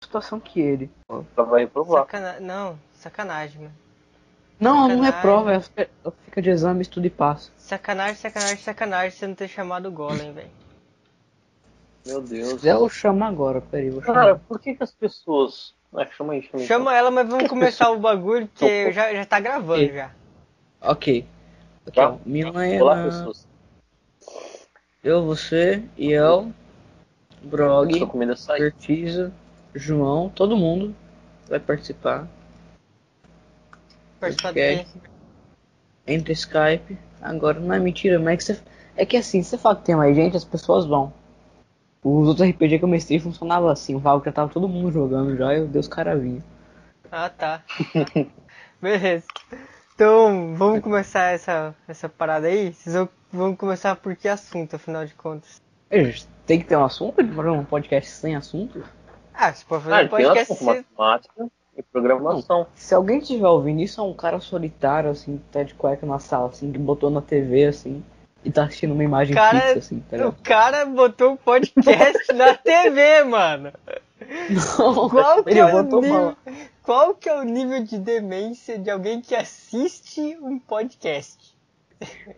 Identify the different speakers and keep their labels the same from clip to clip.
Speaker 1: situação que ele.
Speaker 2: Ela vai reprovar.
Speaker 3: Sacana... Não, sacanagem, mano.
Speaker 1: Não, não
Speaker 3: Sacanagem.
Speaker 1: é prova, é fica de exame, estuda e passa.
Speaker 3: Sacanagem, sacanagem, sacanagem você não ter chamado o Golem, velho.
Speaker 2: Meu
Speaker 1: Se
Speaker 2: Deus.
Speaker 1: quiser, eu chamo agora, peraí, eu vou chamar.
Speaker 2: Cara, por que, que as pessoas. Ah, chama aí, chama aí.
Speaker 3: Chama ela, mas vamos começar o bagulho, porque já, já tá gravando
Speaker 1: Ei.
Speaker 3: já.
Speaker 1: Ok. Ok,
Speaker 2: Tá.
Speaker 1: ó, minha mãe
Speaker 3: é
Speaker 2: Olá,
Speaker 1: ela-
Speaker 2: pessoas.
Speaker 1: Eu, você, Iel,
Speaker 2: Sua
Speaker 1: Brog,
Speaker 2: comida sai.
Speaker 1: Bertiza, João, todo mundo vai participar.
Speaker 3: Participar do
Speaker 1: Ok.
Speaker 3: quê?
Speaker 1: Entra Skype. Agora não é mentira, mas é que, você... é que assim, você fala que tem mais gente, as pessoas vão. Os outros RPG que eu mestrei funcionava assim, o Valkyrie tava todo mundo jogando já e eu dei os caras vinham.
Speaker 3: Ah, tá. Beleza. Então, vamos começar essa, essa parada aí? Vocês vão, vamos começar por que assunto, afinal de contas?
Speaker 1: Ei, gente, Tem que ter um assunto de um podcast sem assunto?
Speaker 3: Ah, você pode fazer
Speaker 2: Ah,
Speaker 3: um
Speaker 2: tem
Speaker 3: podcast...
Speaker 2: assunto, matemática e programação.
Speaker 1: Se alguém estiver ouvindo isso, é um cara solitário, assim, que tá de cueca na sala, assim, que botou na TV, assim, e tá assistindo uma imagem
Speaker 3: Cara, é
Speaker 1: fixa, assim, tá
Speaker 3: O
Speaker 1: ligado?
Speaker 3: cara botou um podcast na TV, mano.
Speaker 1: Não,
Speaker 3: Qual que,
Speaker 1: ele
Speaker 3: é o
Speaker 1: botou
Speaker 3: nível,
Speaker 1: mal.
Speaker 3: qual que é o nível de demência de alguém que assiste um podcast?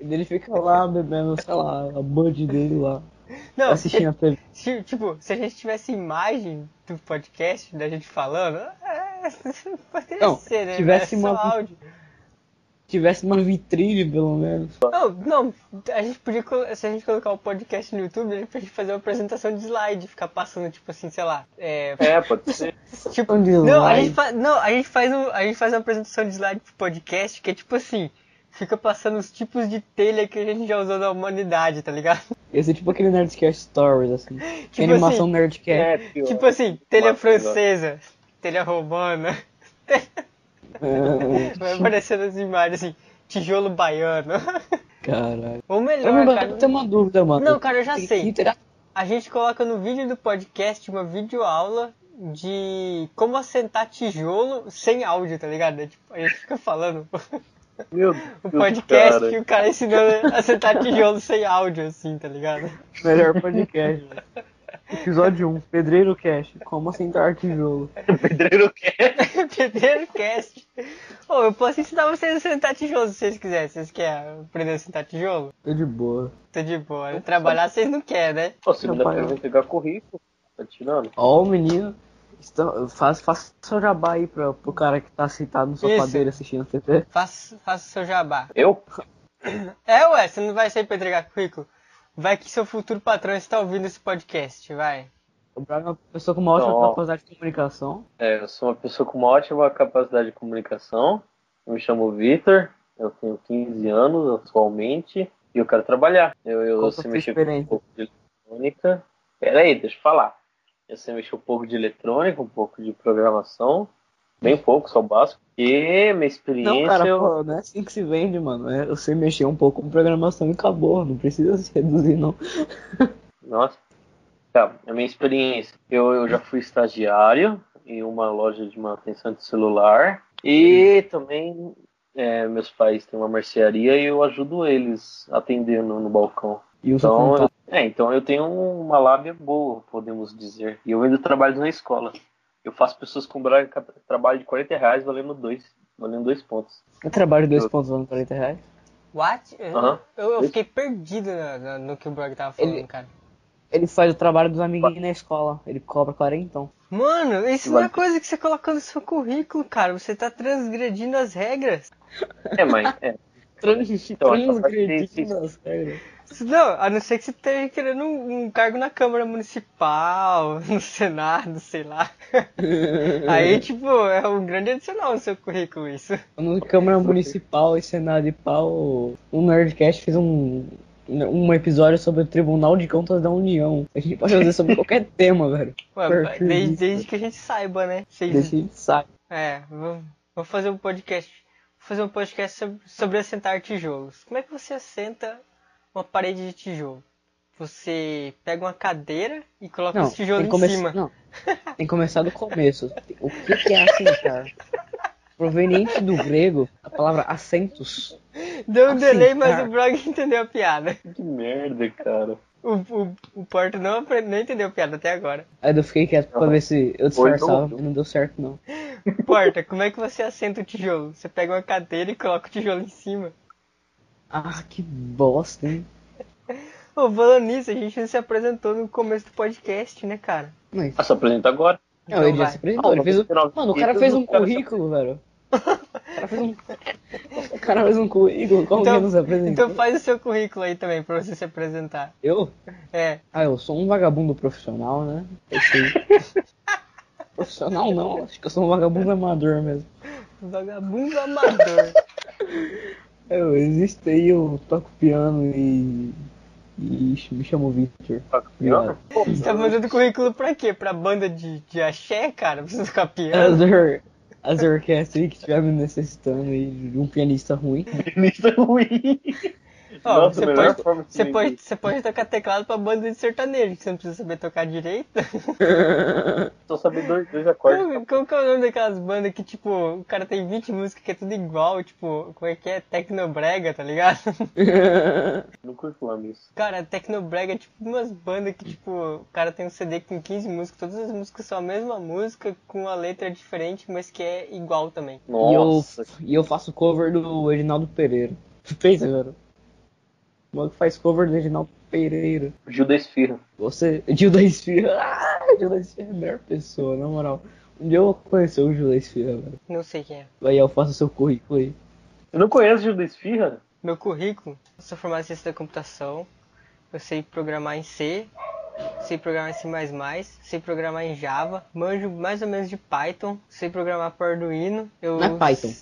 Speaker 1: Ele fica lá bebendo, sei lá, a band dele lá,
Speaker 3: Não,
Speaker 1: assistindo a TV.
Speaker 3: se- tipo, se a gente tivesse imagem do podcast, da gente falando, é, poderia
Speaker 1: Não,
Speaker 3: ser, né?
Speaker 1: tivesse
Speaker 3: É só
Speaker 1: uma-
Speaker 3: áudio.
Speaker 1: Tivesse uma vitrine, pelo menos.
Speaker 3: Não, não, a gente podia, colo- se a gente colocar o podcast no YouTube, a gente podia fazer uma apresentação de slide, ficar passando, tipo assim, sei lá, é,
Speaker 2: É, pode ser.
Speaker 3: tipo,
Speaker 1: Onde
Speaker 3: Não, a
Speaker 1: vai?
Speaker 3: gente, fa- não, a gente faz um, a gente faz uma apresentação de slide pro podcast que é tipo assim, fica passando os tipos de telha que a gente já usou na humanidade, tá ligado?
Speaker 1: Esse tipo aquele Nerdcast Stories, assim.
Speaker 3: Tipo
Speaker 1: que animação
Speaker 3: assim,
Speaker 1: Nerdcast.
Speaker 2: É, pior.
Speaker 3: Tipo assim, telha
Speaker 2: Massa,
Speaker 3: francesa, telha romana,
Speaker 1: É,
Speaker 3: vai aparecendo as imagens assim, tijolo baiano.
Speaker 1: Caralho.
Speaker 3: Ou
Speaker 1: Eu
Speaker 3: melhor,
Speaker 1: me
Speaker 3: cara,
Speaker 1: bateu até uma dúvida, mano.
Speaker 3: é Não, cara, eu já
Speaker 1: Que-
Speaker 3: sei.
Speaker 1: que terá-
Speaker 3: a gente coloca no vídeo do podcast uma videoaula de como assentar tijolo sem áudio, tá ligado? É tipo, a gente fica falando
Speaker 2: Meu
Speaker 3: o
Speaker 2: Deus,
Speaker 3: podcast
Speaker 2: cara.
Speaker 3: que o cara ensinando a assentar tijolo sem áudio, assim, tá ligado?
Speaker 1: Melhor podcast. Episódio 1, Pedreiro Cast. Como assentar tijolo.
Speaker 2: Pedreiro quer.
Speaker 3: Pedreiro Cast. Ô, eu posso ensinar vocês a sentar tijolo se vocês quiserem. Vocês querem aprender a sentar tijolo?
Speaker 1: Tô de boa.
Speaker 3: Tô de boa. né? Trabalhar vocês não querem, né?
Speaker 2: Pô, segunda-feira
Speaker 1: Trabalho.
Speaker 2: vem pegar currículo. Tá tirando?
Speaker 1: Ó, o menino. está- Faz, faz seu jabá aí pra, pro cara que tá sentado no sofá
Speaker 3: Isso.
Speaker 1: dele assistindo a TV.
Speaker 3: Faça, faça o seu jabá.
Speaker 2: Eu?
Speaker 3: É, ué, você não vai sair pra entregar currículo? Vai que seu futuro patrão está ouvindo esse podcast, vai.
Speaker 1: O Braga é uma pessoa com uma ótima
Speaker 2: Não.
Speaker 1: capacidade de comunicação.
Speaker 2: É, eu sou uma pessoa com uma ótima capacidade de comunicação. Eu me chamo Vitor, eu tenho 15 anos atualmente e eu quero trabalhar. Eu, eu
Speaker 1: Qual que é a
Speaker 2: sei
Speaker 1: sua
Speaker 2: mexer com um
Speaker 1: experiência?
Speaker 2: pouco de eletrônica. Pera aí, deixa eu falar. Eu sei mexer um pouco de eletrônica, um pouco de programação, bem pouco, só o básico. E minha experiência.
Speaker 1: Não, cara,
Speaker 2: eu-
Speaker 1: pô, não é assim que se vende, mano. É você mexer um pouco com programação e acabou. Não precisa se reduzir, não.
Speaker 2: Nossa. Tá, a minha experiência. Eu, eu já fui estagiário em uma loja de manutenção de celular. E também é, meus pais têm uma mercearia e eu ajudo eles atendendo no balcão.
Speaker 1: E usa
Speaker 2: Então,
Speaker 1: contato.
Speaker 2: eu, é, então eu tenho uma lábia boa, podemos dizer. E eu ainda trabalho na escola. Eu faço pessoas comprar ca- trabalho de 40 reais valendo dois, valendo dois pontos.
Speaker 1: Eu um trabalho dois
Speaker 2: eu-
Speaker 1: pontos no 40 reais.
Speaker 3: What? Eu-
Speaker 2: Aham.
Speaker 3: Eu, eu fiquei perdido na- na- no, que o Brog tava falando,
Speaker 1: Ele-
Speaker 3: cara.
Speaker 1: Ele faz o trabalho dos amiguinhos na escola. Ele cobra 40 então.
Speaker 3: Mano, isso
Speaker 2: Vai-
Speaker 3: não é coisa que você colocou no seu currículo, cara. Você tá transgredindo as regras.
Speaker 2: É, mãe, é.
Speaker 1: Trans,
Speaker 2: Então, essa parte tem-
Speaker 1: transgredindo as regras.
Speaker 3: Não, a não ser que você esteja querendo um, um cargo na Câmara Municipal, no Senado, sei lá. Aí, tipo, é um grande adicional no seu currículo isso.
Speaker 1: No Câmara Municipal e Senado e pau, o Nerdcast fez um, um episódio sobre o Tribunal de Contas da União. A gente pode fazer sobre qualquer tema, velho.
Speaker 3: Ué,
Speaker 1: Perfeito.
Speaker 3: desde, desde que a gente saiba, né? Vocês-
Speaker 1: Deixa a gente sair.
Speaker 3: É, vou, vou fazer um podcast. Vou fazer um podcast sobre, sobre assentar tijolos. Como é que você assenta uma parede de tijolo? Você pega uma cadeira e coloca
Speaker 1: Não,
Speaker 3: os
Speaker 1: tem
Speaker 3: tijolos em
Speaker 1: que começar-
Speaker 3: cima.
Speaker 1: não. Tem que começar do começo. O que, que é assentar? Proveniente do grego, a palavra assentos. assim,
Speaker 3: Deu um delay, mas
Speaker 1: Assentar.
Speaker 3: o Brog entendeu a piada.
Speaker 2: Que merda, cara.
Speaker 3: O, o, o Porto não, apre- não entendeu a piada até agora.
Speaker 1: Aí eu fiquei quieto pra ver se eu
Speaker 2: Foi
Speaker 1: disfarçava
Speaker 2: todo.
Speaker 1: e não deu certo, não.
Speaker 3: Porta, como é que você assenta o tijolo? Você pega uma cadeira e coloca o tijolo em cima.
Speaker 1: Ah, que bosta, hein?
Speaker 3: Ô, falando nisso, a gente não se apresentou no começo do podcast, né, cara?
Speaker 1: Não, isso-
Speaker 2: Ah, se apresenta agora.
Speaker 1: não,
Speaker 3: Então
Speaker 1: ele já
Speaker 3: vai.
Speaker 1: se apresentou. Ele fez um... Mano, o cara fez um currículo, velho. O cara fez um, o cara fez um currículo. Como
Speaker 3: Então-
Speaker 1: que nos apresentou?
Speaker 3: Então faz o seu currículo aí também pra você se apresentar.
Speaker 1: Eu?
Speaker 3: É,
Speaker 1: Ah, eu sou um vagabundo profissional, né? Eu sei. profissional não, acho que eu sou um vagabundo amador mesmo.
Speaker 3: vagabundo amador.
Speaker 1: Eu existo aí, eu toco piano e. e ch- me chamo Victor.
Speaker 2: Pior? Pô,
Speaker 3: Você tá mandando currículo pra quê? Pra banda de, de axé, cara? Pra você ficar
Speaker 1: As,
Speaker 3: piano?
Speaker 1: or... As orquestras aí que estiver me necessitando aí de um pianista ruim.
Speaker 2: pianista ruim.
Speaker 1: É,
Speaker 3: Ó,
Speaker 2: Nossa,
Speaker 3: você
Speaker 2: melhor
Speaker 3: pode-
Speaker 2: forma de
Speaker 3: Você
Speaker 2: se
Speaker 3: pode,
Speaker 2: vender.
Speaker 3: você pode tocar teclado pra banda de sertanejo, que você não precisa saber tocar direito.
Speaker 2: Só saber dois, dois acordes.
Speaker 3: Como, como que é o nome daquelas bandas que, tipo, o cara tem 20 músicas que é tudo igual, tipo, como é que é? Tecnobrega, tá ligado?
Speaker 2: Não curto falar nisso.
Speaker 3: Cara, Tecnobrega é tipo umas bandas que, tipo, o cara tem um CD com 15 músicas, todas as músicas são a mesma música, com a letra diferente, mas que é igual também.
Speaker 1: e, eu,
Speaker 2: Nossa.
Speaker 1: e eu faço cover do Reginaldo Pereira. Tu pensa, cara? O maluco faz cover do Reginaldo Pereira.
Speaker 2: Gil da Esfirra.
Speaker 1: Você. Gil da Esfirra. Ah, Gil da Esfirra é a melhor pessoa, na moral. Um dia eu vou conhecer o Gil da Esfirra, velho.
Speaker 3: Não sei quem é.
Speaker 1: Aí eu faço seu currículo aí.
Speaker 2: Eu não conheço Gil da Esfirra?
Speaker 3: Meu currículo, eu sou formado em ciência da computação, eu sei programar em C, sei programar em C++, sei programar em Java, manjo mais ou menos de Python, sei programar para Arduino. Eu...
Speaker 1: Não é Python.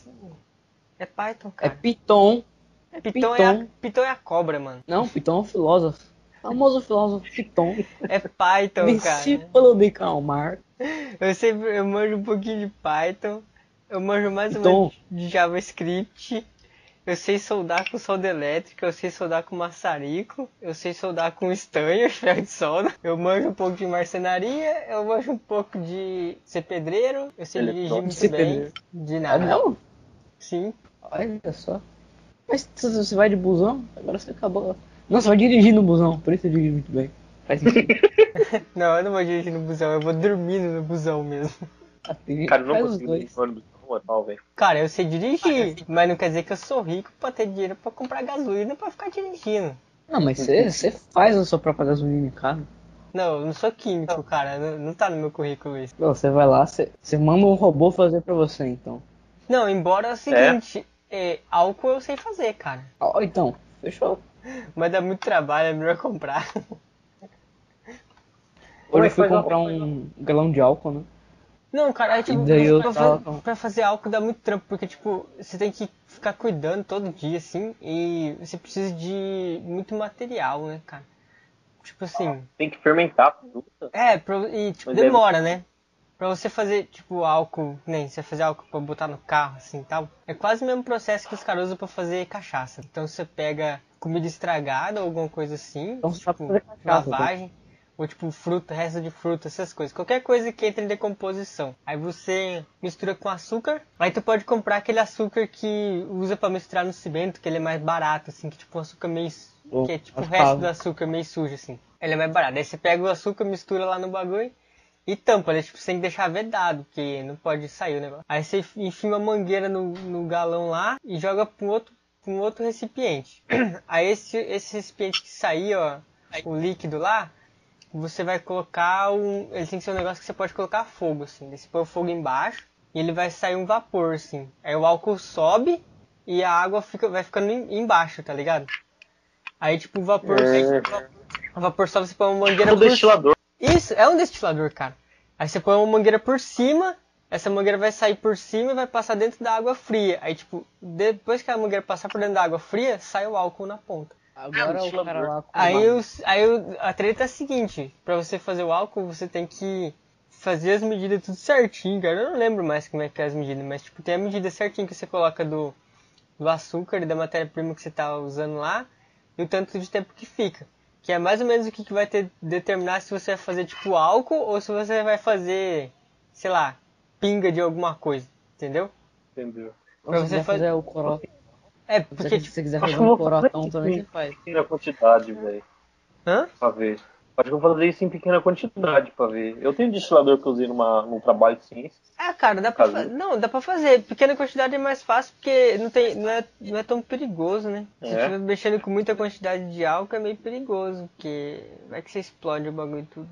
Speaker 3: É Python,
Speaker 1: É
Speaker 3: cara.
Speaker 1: Piton. É
Speaker 3: Python, É a, Python é a cobra, mano.
Speaker 1: Não, Piton é um filósofo. Famoso filósofo Piton.
Speaker 3: É Python, cara.
Speaker 1: Discípulo de Karl Marx.
Speaker 3: Eu sempre eu manjo um pouquinho de Python, eu manjo mais ou
Speaker 1: Python.
Speaker 3: menos de JavaScript, eu sei soldar com solda elétrica, eu sei soldar com maçarico, eu sei soldar com estanho, ferro de solda, eu manjo um pouco de marcenaria, eu manjo um pouco de ser pedreiro, eu sei
Speaker 2: Ele é
Speaker 3: dirigir
Speaker 2: top.
Speaker 3: muito
Speaker 1: Ser
Speaker 3: bem,
Speaker 1: pedreiro.
Speaker 3: de
Speaker 1: É
Speaker 3: nada.
Speaker 1: mesmo?
Speaker 3: Sim,
Speaker 1: Olha só. Mas se você vai de busão, agora você acabou. Não, você vai dirigir no busão, por isso eu dirijo muito bem. Faz sentido.
Speaker 3: não, eu não vou dirigir no busão, eu vou dormindo no busão mesmo.
Speaker 2: Cara, eu não
Speaker 1: Faz os
Speaker 2: consigo ir
Speaker 1: dois.
Speaker 2: no ônibus. Na moral, velho.
Speaker 3: Cara, eu sei dirigir, mas não quer dizer que eu sou rico pra ter dinheiro pra comprar gasolina pra ficar dirigindo.
Speaker 1: Não, mas você você faz a sua própria gasolina em casa.
Speaker 3: Não, eu não sou químico, cara. Não, não tá no meu currículo isso.
Speaker 1: Não, você vai lá, você, você manda um robô fazer pra você, então.
Speaker 3: Não, embora é o seguinte, é, álcool eu sei fazer, cara.
Speaker 1: Ó, então, fechou.
Speaker 3: Mas dá muito trabalho, é melhor comprar.
Speaker 1: Hoje
Speaker 2: Oi,
Speaker 1: eu fui
Speaker 2: faz uma-
Speaker 1: comprar um galão de álcool, né?
Speaker 3: Não, cara, é, tipo,
Speaker 1: daí eu
Speaker 3: pra, fa-
Speaker 1: tava-
Speaker 3: pra fazer álcool dá muito trampo, porque, tipo, você tem que ficar cuidando todo dia, assim, e você precisa de muito material, né, cara? Tipo assim,
Speaker 2: Tem que fermentar a fruta.
Speaker 3: é, pra- e, tipo,
Speaker 2: Mas deve-
Speaker 3: demora, né? Pra você fazer, tipo, álcool, que nem você fazer álcool pra botar no carro, assim, tal. É quase o mesmo processo que os caras usam pra fazer cachaça. Então você pega comida estragada ou alguma coisa assim,
Speaker 1: Então você
Speaker 3: tipo,
Speaker 1: sabe fazer cachaça, então.
Speaker 3: lavagem, ou tipo, fruta, resto de fruta, essas coisas. Qualquer coisa que entre em decomposição. Aí você mistura com açúcar. Aí tu pode comprar aquele açúcar que usa pra misturar no cimento, que ele é mais barato, assim, que tipo, um açúcar meio... s-
Speaker 1: Bom,
Speaker 3: que é tipo o
Speaker 1: mas
Speaker 3: resto
Speaker 1: fala.
Speaker 3: do açúcar meio sujo, assim. Ele é mais barato. Aí você pega o açúcar, mistura lá no bagulho e tampa, né? Tipo, você tem que deixar vedado, porque não pode sair o negócio. Aí você enfia uma mangueira no, no galão lá e joga pra um outro, pra um outro recipiente. Aí esse, esse recipiente que sair, ó, o líquido lá, você vai colocar um. Ele tem que ser um negócio que você pode colocar fogo, assim. Daí Você põe o fogo embaixo e ele vai sair um vapor, assim. Aí o álcool sobe e a água fica, vai ficando em- embaixo, tá ligado? Aí, tipo, o vapor. O vapor sobe, você põe uma mangueira
Speaker 2: É um
Speaker 3: por
Speaker 2: destilador.
Speaker 3: isso, é um destilador, cara. Aí você põe uma mangueira por cima, essa mangueira vai sair por cima e vai passar dentro da água fria. Aí, tipo, depois que a mangueira passar por dentro da água fria, sai o álcool na ponta.
Speaker 1: Agora
Speaker 2: Ah,
Speaker 1: o cara lá com
Speaker 3: Aí,
Speaker 1: uma-
Speaker 3: os- aí o- a treta é a seguinte: pra você fazer o álcool, você tem que fazer as medidas tudo certinho, cara. Eu não lembro mais como é que é as medidas, mas tipo, tem a medida certinha que você coloca do, do açúcar e da matéria-prima que você tá usando lá e o tanto de tempo que fica. Que é mais ou menos o que, que vai ter, determinar se você vai fazer tipo álcool ou se você vai fazer, sei lá, pinga de alguma coisa, entendeu?
Speaker 2: Entendeu?
Speaker 1: Ou Então, se
Speaker 3: você
Speaker 1: você
Speaker 3: faz-
Speaker 1: fizer o corotão,
Speaker 3: É,
Speaker 1: se você
Speaker 3: porque tipo,
Speaker 1: quiser
Speaker 2: Acho
Speaker 1: fazer
Speaker 2: que eu
Speaker 1: um
Speaker 2: vou fazer
Speaker 1: corotão também, você faz.
Speaker 2: Tira a quantidade, velho.
Speaker 3: Hã?
Speaker 2: pra ver. Acho que eu fazer isso em pequena quantidade pra ver. Eu tenho um destilador que eu usei numa, num trabalho de ciência.
Speaker 3: É, cara, dá pra
Speaker 2: Fazer.
Speaker 3: fa- Não, dá pra fazer. Pequena quantidade é mais fácil porque não, tem, não, é, não é tão perigoso, né? Se
Speaker 2: É.
Speaker 3: estiver mexendo com muita quantidade de álcool é meio perigoso, porque vai que você explode o bagulho e tudo.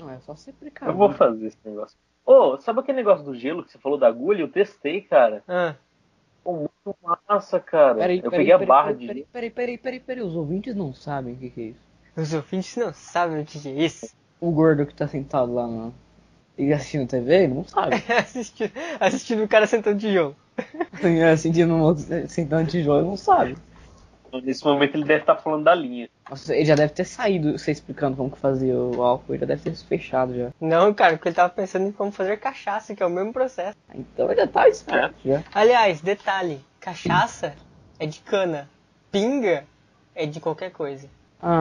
Speaker 1: Não, é só você precaver.
Speaker 2: Eu vou fazer esse negócio. Ô, sabe aquele negócio do gelo que você falou da agulha? Eu testei, cara.
Speaker 3: Ah,
Speaker 2: Pô, muito massa, cara.
Speaker 1: Peraí,
Speaker 2: eu
Speaker 1: peraí,
Speaker 2: peguei a
Speaker 1: peraí,
Speaker 2: barra
Speaker 1: peraí,
Speaker 2: de
Speaker 1: Peraí, peraí, peraí, peraí, peraí, os ouvintes não sabem o que, que é isso.
Speaker 3: os ouvintes não sabem o que que é isso.
Speaker 1: O gordo que tá sentado lá na... e assistindo TV, ele não sabe.
Speaker 3: Assistindo assistindo o cara sentando tijolo.
Speaker 1: Quem é sentindo um sentando tijolo, ele não sabe.
Speaker 2: Nesse momento ele deve estar falando da linha.
Speaker 1: Nossa, ele já deve ter saído, você explicando como que fazia o álcool, ele já deve ter se fechado já.
Speaker 3: Não, cara, porque ele tava pensando em como fazer cachaça, que é o mesmo processo.
Speaker 1: Então ele já tá esperto já.
Speaker 3: Aliás, detalhe: cachaça é de cana, pinga é de qualquer coisa.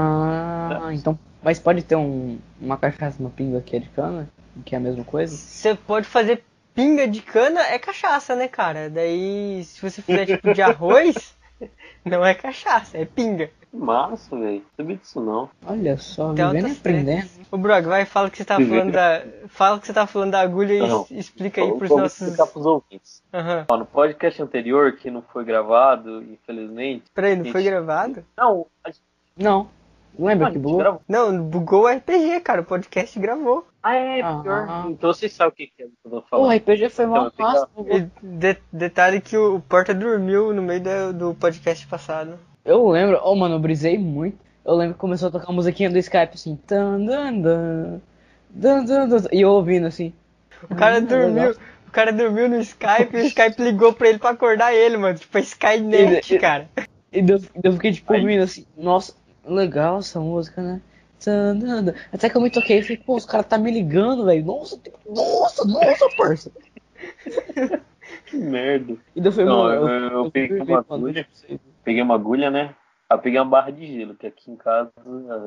Speaker 1: Ah, então. Mas pode ter um, uma cachaça no pingo aqui de cana, que é a mesma coisa?
Speaker 3: Você pode fazer pinga de cana, é cachaça, né, cara? Daí, se você fizer tipo de arroz, não é cachaça, é pinga.
Speaker 2: Que massa, velho. Não sabia disso não.
Speaker 1: Olha só,
Speaker 3: Tem
Speaker 1: vivendo e
Speaker 3: outras
Speaker 1: aprendendo.
Speaker 3: Ô, Brog, vai, fala que você tá falando da. Fala que você tá falando da agulha e
Speaker 2: Não.
Speaker 3: es- explica aí pros
Speaker 2: Vou
Speaker 3: nossos.
Speaker 2: explicar pros ouvintes.
Speaker 3: Aham.
Speaker 2: Ó, no podcast anterior, que não foi gravado, infelizmente.
Speaker 3: Peraí, não foi
Speaker 2: Gente.
Speaker 3: gravado?
Speaker 2: Não, a gente,
Speaker 1: Não. Lembra
Speaker 2: a
Speaker 1: que
Speaker 2: gente
Speaker 1: bugou?
Speaker 2: gravou.
Speaker 3: Não, bugou o é RPG, cara. O podcast gravou.
Speaker 2: Ah, é,
Speaker 1: Ah.
Speaker 2: pior. Então vocês sabem o que que é que eu tô
Speaker 1: O
Speaker 2: falando.
Speaker 1: RPG foi né, mal
Speaker 2: Então,
Speaker 1: nossa,
Speaker 2: fica-
Speaker 3: E
Speaker 1: bugou.
Speaker 3: de- detalhe que o Porta dormiu no meio da- do podcast passado.
Speaker 1: Eu lembro, oh mano, eu brisei muito. Eu lembro que começou a tocar a musiquinha do Skype assim. Tan, dan, dan, dan, dan, dan, e eu ouvindo assim.
Speaker 3: O cara
Speaker 1: Ah,
Speaker 3: dormiu.
Speaker 1: legal.
Speaker 3: O cara dormiu no Skype e o Skype ligou pra ele pra acordar ele, mano. Tipo, a Skynet,
Speaker 1: Ele-
Speaker 3: cara.
Speaker 1: E daí eu, daí eu fiquei tipo
Speaker 2: Aí.
Speaker 1: ouvindo assim, nossa, legal essa música, né? Tan, dan, dan. Até que eu me toquei e falei, pô, os caras tá me ligando, velho. Nossa, tem- nossa, nossa, parça.
Speaker 2: Que merda.
Speaker 1: E daí eu falei,
Speaker 2: Não,
Speaker 1: mano,
Speaker 2: eu- eu peguei
Speaker 1: fui
Speaker 2: uma
Speaker 1: ver pra
Speaker 2: agulha.
Speaker 1: noite.
Speaker 2: Peguei uma agulha, né? Ah, peguei uma barra de gelo, que aqui em casa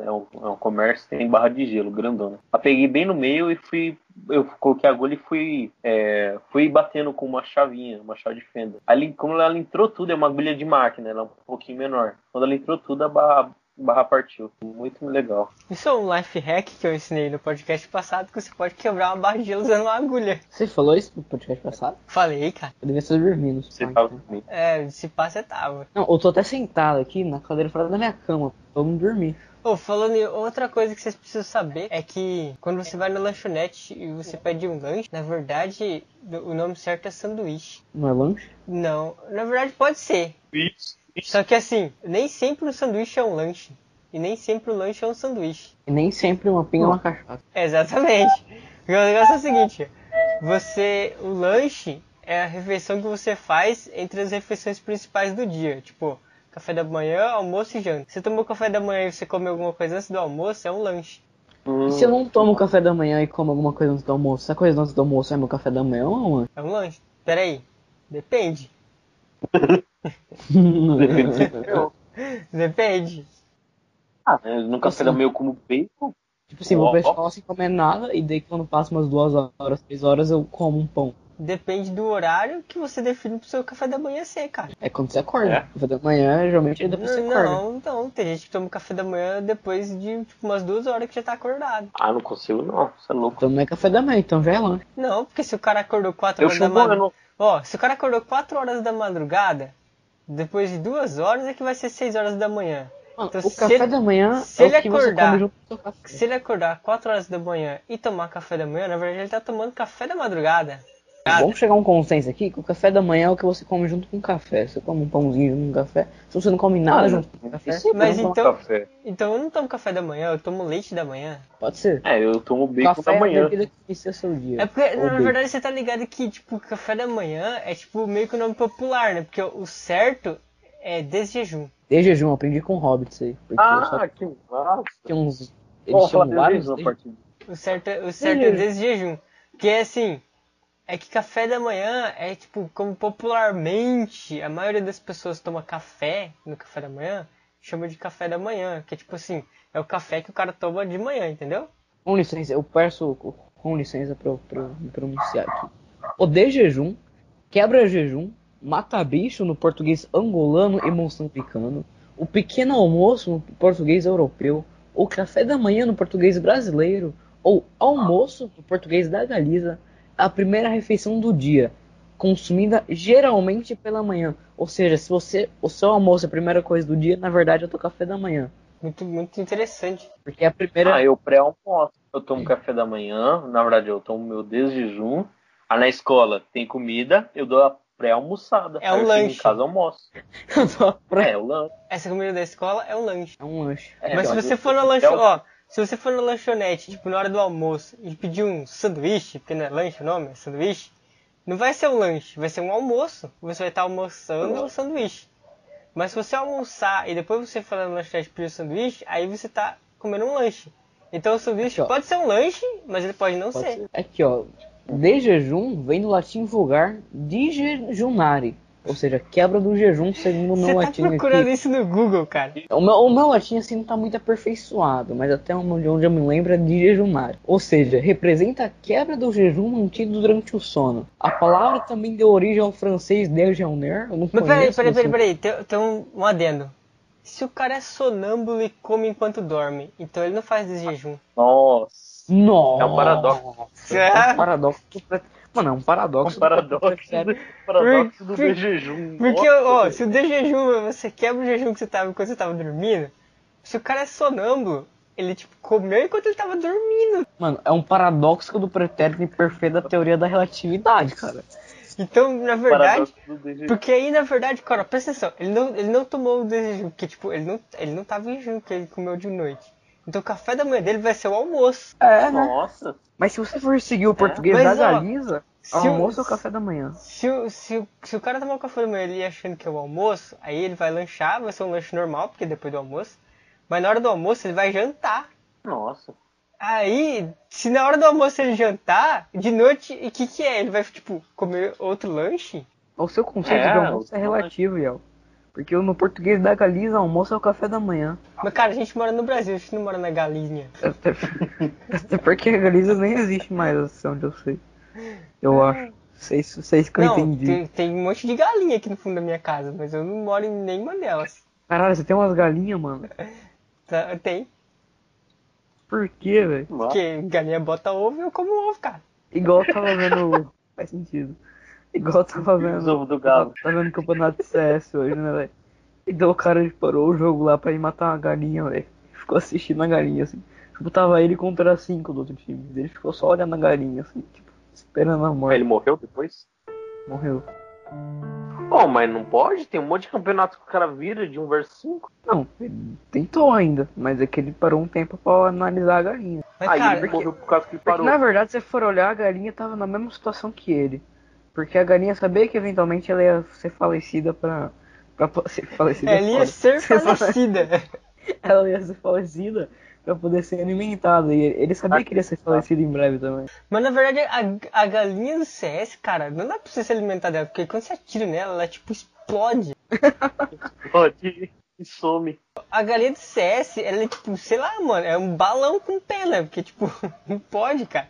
Speaker 2: é um, é um comércio, tem barra de gelo, grandona. Ah, peguei bem no meio e fui. Eu coloquei a agulha e fui, é, fui batendo com uma chavinha, uma chave de fenda. Ali, como ela entrou tudo, é uma agulha de máquina, ela é um pouquinho menor. Quando ela entrou tudo, a barra, barra partiu. Muito legal.
Speaker 3: Isso é um life hack que eu ensinei no podcast passado que você pode quebrar uma barra de gelo usando uma agulha.
Speaker 1: Você falou isso no podcast passado?
Speaker 3: Falei, cara.
Speaker 1: Eu devia estar dormindo.
Speaker 2: Você
Speaker 1: Ah,
Speaker 2: fala
Speaker 1: então.
Speaker 2: também.
Speaker 3: É, se passa, tava.
Speaker 1: Não, eu tô até sentado aqui na cadeira fora da minha cama, pra eu não dormir.
Speaker 3: Ô, falando em outra coisa que vocês precisam saber é que quando você vai na lanchonete e você pede um lanche, na verdade o nome certo é sanduíche.
Speaker 1: Não é lanche?
Speaker 3: Não, na verdade pode ser. Só que assim, nem sempre o sanduíche é um lanche. E nem sempre o lanche é um sanduíche.
Speaker 1: E nem sempre uma pinga é uma cachaça.
Speaker 3: Exatamente. Porque o negócio é o seguinte, você. O lanche é a refeição que você faz entre as refeições principais do dia. Tipo, café da manhã, almoço e janta. Se você tomou café da manhã e você comeu alguma coisa antes do almoço, é um lanche.
Speaker 2: Hum,
Speaker 1: E se eu não tomo café da manhã e como alguma coisa antes do almoço, essa coisa antes do almoço é meu café da manhã ou não?
Speaker 3: É um lanche. Peraí. Depende.
Speaker 2: eu-
Speaker 3: Depende.
Speaker 2: Ah, eu nunca café da manhã eu como bacon.
Speaker 1: tipo assim, vou
Speaker 2: Ó, ó.
Speaker 1: pescar sem comer nada e daí quando passa umas duas horas, três horas, eu como um pão.
Speaker 3: Depende do horário que você define pro seu café da manhã ser, cara.
Speaker 1: É quando você acorda.
Speaker 2: É?
Speaker 1: Café da manhã, geralmente, é depois você
Speaker 3: Não,
Speaker 1: acorda.
Speaker 3: não, não. Tem gente que toma café da manhã depois de tipo, umas duas horas que já tá acordado.
Speaker 2: Ah, não consigo não, você é louco.
Speaker 1: Então não é café da manhã, então já é lanche.
Speaker 3: Não, porque se o cara acordou
Speaker 1: Tá
Speaker 3: quatro
Speaker 2: Eu um
Speaker 3: horas da
Speaker 2: chupo, eu não.
Speaker 3: madrugada. Ó, se o cara acordou 4 horas da madrugada, depois de 2 horas é que vai ser 6 horas da manhã.
Speaker 1: Mano,
Speaker 3: Então,
Speaker 1: o
Speaker 3: se
Speaker 1: café
Speaker 3: ele-
Speaker 1: da manhã
Speaker 3: se
Speaker 1: é
Speaker 3: ele
Speaker 1: o que você
Speaker 3: acordar-
Speaker 1: come junto com o seu café.
Speaker 3: Se ele acordar 4 horas da manhã e tomar café da manhã, na verdade ele tá tomando café da madrugada.
Speaker 1: Vamos chegar a um consenso aqui que o café da manhã é o que você come junto com o café. Você come um pãozinho junto com o café. Se você não come nada
Speaker 2: Ah,
Speaker 1: junto com o café,
Speaker 2: isso
Speaker 3: Mas
Speaker 2: eu não tomo
Speaker 3: então-
Speaker 2: café.
Speaker 3: Então eu não tomo café da manhã, eu tomo leite da manhã.
Speaker 1: pode ser.
Speaker 2: É, eu tomo bacon
Speaker 1: café
Speaker 2: da
Speaker 1: é a
Speaker 2: manhã.
Speaker 1: bebida que inicia seu dia.
Speaker 3: É porque,
Speaker 1: Ou
Speaker 3: na
Speaker 1: bacon.
Speaker 3: verdade, você tá ligado que, tipo, café da manhã é, tipo, meio que o nome popular, né? Porque o certo é desjejum.
Speaker 1: De jejum, eu aprendi com o Hobbit isso aí. Porque eu só
Speaker 2: Ah, que massa.
Speaker 1: tinha uns. Eles
Speaker 2: Vamos falar
Speaker 1: tinham
Speaker 2: de
Speaker 1: vários.
Speaker 2: vez na
Speaker 1: desde-
Speaker 2: partida.
Speaker 3: O certo, é- o certo é desjejum. Que é assim, é que café da manhã é tipo, como popularmente a maioria das pessoas toma café no café da manhã, chama de café da manhã. Que é tipo assim, é o café que o cara toma de manhã, entendeu?
Speaker 1: Com licença, eu peço com licença pra eu, pra eu me pronunciar aqui. O de jejum, quebra jejum, mata bicho no português angolano e moçambicano. O pequeno almoço no português europeu. ou café da manhã no português brasileiro, ou almoço no português da Galiza, a primeira refeição do dia, consumida geralmente pela manhã. Ou seja, se você o seu almoço é a primeira coisa do dia, na verdade é o teu café da manhã.
Speaker 3: Muito, muito interessante.
Speaker 1: Porque é a primeira.
Speaker 2: Ah, eu pré-almoço. Eu tomo café da manhã, na verdade eu tomo meu desjejum. Ah, na escola tem comida, eu dou a pré-almoçada.
Speaker 3: É
Speaker 2: Aí eu
Speaker 3: um
Speaker 2: chego
Speaker 3: lanche.
Speaker 2: Em casa eu almoço.
Speaker 1: Eu tô pra-
Speaker 2: É, é o lanche.
Speaker 3: Essa comida da escola é um lanche.
Speaker 1: É um lanche.
Speaker 2: É,
Speaker 3: Mas se
Speaker 2: eu-
Speaker 3: você for na
Speaker 2: eu-
Speaker 3: lanchonete, ó, se você for na lanchonete, tipo, na hora do almoço, e pedir um sanduíche, porque não é lanche o nome, é sanduíche, não vai ser um lanche, vai ser um almoço. Você vai estar almoçando um sanduíche. Mas se você almoçar e depois você for na lanchonete pedir um sanduíche, aí você tá comendo um lanche. Então o sanduíche
Speaker 1: Aqui, ó.
Speaker 3: pode ser um lanche, mas ele pode não
Speaker 1: Pode
Speaker 3: ser.
Speaker 1: ser. Aqui, ó. De jejum vem do latim vulgar de jejunare. Ou seja, quebra do jejum, segundo o meu
Speaker 3: Você tá
Speaker 1: latim um aqui.
Speaker 3: procurando isso no Google, cara.
Speaker 1: O meu, o meu latim assim não tá muito aperfeiçoado, mas até onde onde eu me lembro é de jejumar. Ou seja, representa a quebra do jejum mantido durante o sono. A palavra também deu origem ao francês déjeuner. Eu não
Speaker 3: Mas peraí,
Speaker 1: conheço
Speaker 3: peraí,
Speaker 1: isso.
Speaker 3: peraí, peraí, tem, tem um, um adendo. Se o cara é sonâmbulo e come enquanto dorme, então ele não faz esse jejum.
Speaker 2: Nossa.
Speaker 1: Nossa.
Speaker 2: É um paradoxo.
Speaker 1: É um paradoxo. completo. Mano, é um
Speaker 2: Um
Speaker 1: paradoxo.
Speaker 2: paradoxo,
Speaker 1: completo.
Speaker 2: paradoxo do
Speaker 3: Por-
Speaker 2: meu jejum.
Speaker 3: Porque,
Speaker 2: Nossa,
Speaker 3: ó,
Speaker 2: velho.
Speaker 3: se o de jejum você quebra o jejum que você tava quando você tava dormindo, se o cara é sonâmbulo, ele tipo comeu enquanto ele tava dormindo.
Speaker 1: Mano, é um paradoxo do pretérito imperfeito da teoria da relatividade, cara.
Speaker 3: Então, na verdade,
Speaker 2: Paradoxo do jejum.
Speaker 3: porque aí na verdade, cara, presta atenção, ele não, ele não tomou o de jejum, porque tipo, ele não, ele não tava em jejum, porque ele comeu de noite. Então o café da manhã dele vai ser o almoço.
Speaker 1: É, né?
Speaker 2: Nossa.
Speaker 1: Mas se você for seguir o português da
Speaker 3: É, Mas, ó,
Speaker 1: Galiza,
Speaker 3: se o-
Speaker 1: almoço ou café da manhã?
Speaker 3: Se, o- se, o- se o cara tomar o café da manhã ele achando que é o almoço, aí ele vai lanchar, vai ser um lanche normal, porque é depois do almoço. Mas na hora do almoço ele vai jantar.
Speaker 2: Nossa.
Speaker 3: Aí, se na hora do almoço ele jantar, de noite, o que que é? Ele vai, tipo, comer outro lanche?
Speaker 1: O seu conceito
Speaker 2: É,
Speaker 1: de almoço é
Speaker 2: o-
Speaker 1: relativo, Yel. Porque no português da Galiza, almoço é o café da manhã.
Speaker 3: Mas, cara, a gente mora no Brasil, a gente não mora na galinha.
Speaker 1: Até, até porque a Galiza nem existe mais, assim, onde eu sei. Eu acho. Sei, se- sei se que eu
Speaker 3: É. não,
Speaker 1: entendi.
Speaker 3: tem, tem um monte de galinha aqui no fundo da minha casa, mas eu não moro em nenhuma delas.
Speaker 1: Caralho, você tem umas galinhas, mano?
Speaker 3: Tá, tem.
Speaker 1: Por quê, velho?
Speaker 2: Nossa.
Speaker 3: Porque galinha bota ovo e eu como ovo, cara.
Speaker 1: Igual eu tava vendo. Faz sentido. Igual eu tava vendo.
Speaker 2: Ovo do galo.
Speaker 1: Tá vendo o campeonato de CS hoje, né, velho? E deu o cara, ele parou o jogo lá pra ir matar uma galinha, velho. Ficou assistindo a galinha, assim. Tipo, tava ele contra cinco do outro time. Ele ficou só olhando a galinha, assim, tipo, esperando a
Speaker 2: Mas
Speaker 1: morte.
Speaker 2: Ele morreu depois?
Speaker 1: Morreu.
Speaker 2: Bom, mas não pode. Tem um monte de campeonato que o cara vira de 1 versus um. 5.
Speaker 1: Não, ele tentou ainda, mas é que ele parou um tempo pra analisar a galinha.
Speaker 3: Mas,
Speaker 2: Aí
Speaker 3: cara, é
Speaker 2: ele morreu por causa que ele
Speaker 1: Porque,
Speaker 2: parou.
Speaker 1: na verdade, se você for olhar, a galinha tava na mesma situação que ele. Porque a galinha sabia que eventualmente ela ia ser falecida pra. pra ser falecida. é
Speaker 3: ela ia
Speaker 1: foda.
Speaker 3: ser falecida.
Speaker 1: ela ia ser falecida pra poder ser alimentada. E ele sabia que ele ia ser falecido em breve também.
Speaker 3: Mas na verdade, a, a galinha do CS, cara, não dá pra você se alimentar dela, porque quando você atira nela, ela tipo explode.
Speaker 2: Pode. E some.
Speaker 3: A galinha do CS, ela é tipo, sei lá, mano, é um balão com pena, porque tipo, não pode, cara.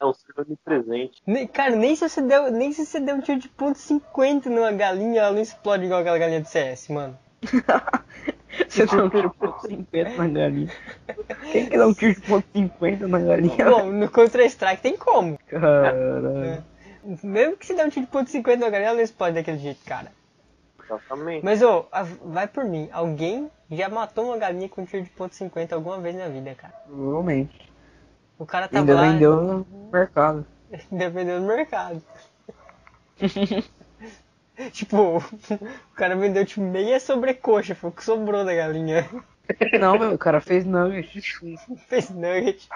Speaker 2: É um ser onipresente.
Speaker 3: Ne- Cara, nem se você deu, nem se você der um tiro de ponto 50 numa galinha, ela não explode igual aquela galinha do CS, mano.
Speaker 1: Você dá um tiro de ponto 50 na galinha. Quem que dá um tiro de ponto 50 na galinha?
Speaker 3: Bom, no Counter-Strike tem como.
Speaker 1: Caralho.
Speaker 3: Mesmo que você dê um tiro de ponto 50 na galinha, ela não explode daquele jeito, cara.
Speaker 2: Exatamente.
Speaker 3: Mas ô, a- vai por mim, alguém já matou uma galinha com um tiro de ponto 50 alguma vez na vida, cara.
Speaker 1: Provavelmente.
Speaker 3: O cara tava
Speaker 1: Ainda
Speaker 3: lá,
Speaker 1: vendeu no mercado.
Speaker 3: Dependendo do mercado. tipo, o cara vendeu tipo meia sobrecoxa, foi o que sobrou da galinha.
Speaker 1: Não, meu, o cara fez nuggets.
Speaker 3: Fez nugget.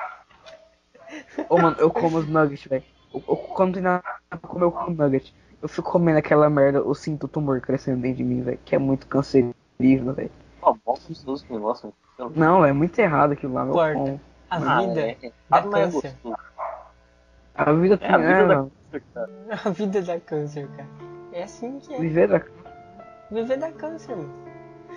Speaker 1: Ô, mano, eu como os nuggets, velho. Eu, eu, quando tem nada pra comer, eu como nugget. Eu fico comendo aquela merda, eu sinto o tumor crescendo dentro de mim, velho. Que é muito cancerígeno, velho.
Speaker 2: Ó, mó gostoso esse negócio. Então,
Speaker 1: Não, é muito errado aquilo lá, meu.
Speaker 3: Corta.
Speaker 1: como.
Speaker 3: A
Speaker 2: ah,
Speaker 3: vida.
Speaker 2: é- é errado, mas é
Speaker 3: câncer.
Speaker 2: gostoso.
Speaker 1: A vida tem.
Speaker 2: É a vida
Speaker 1: é,
Speaker 2: da
Speaker 1: mano,
Speaker 2: câncer, cara.
Speaker 3: A vida dá câncer, cara. É assim que é.
Speaker 1: Viver da
Speaker 3: Viver dá câncer, mano.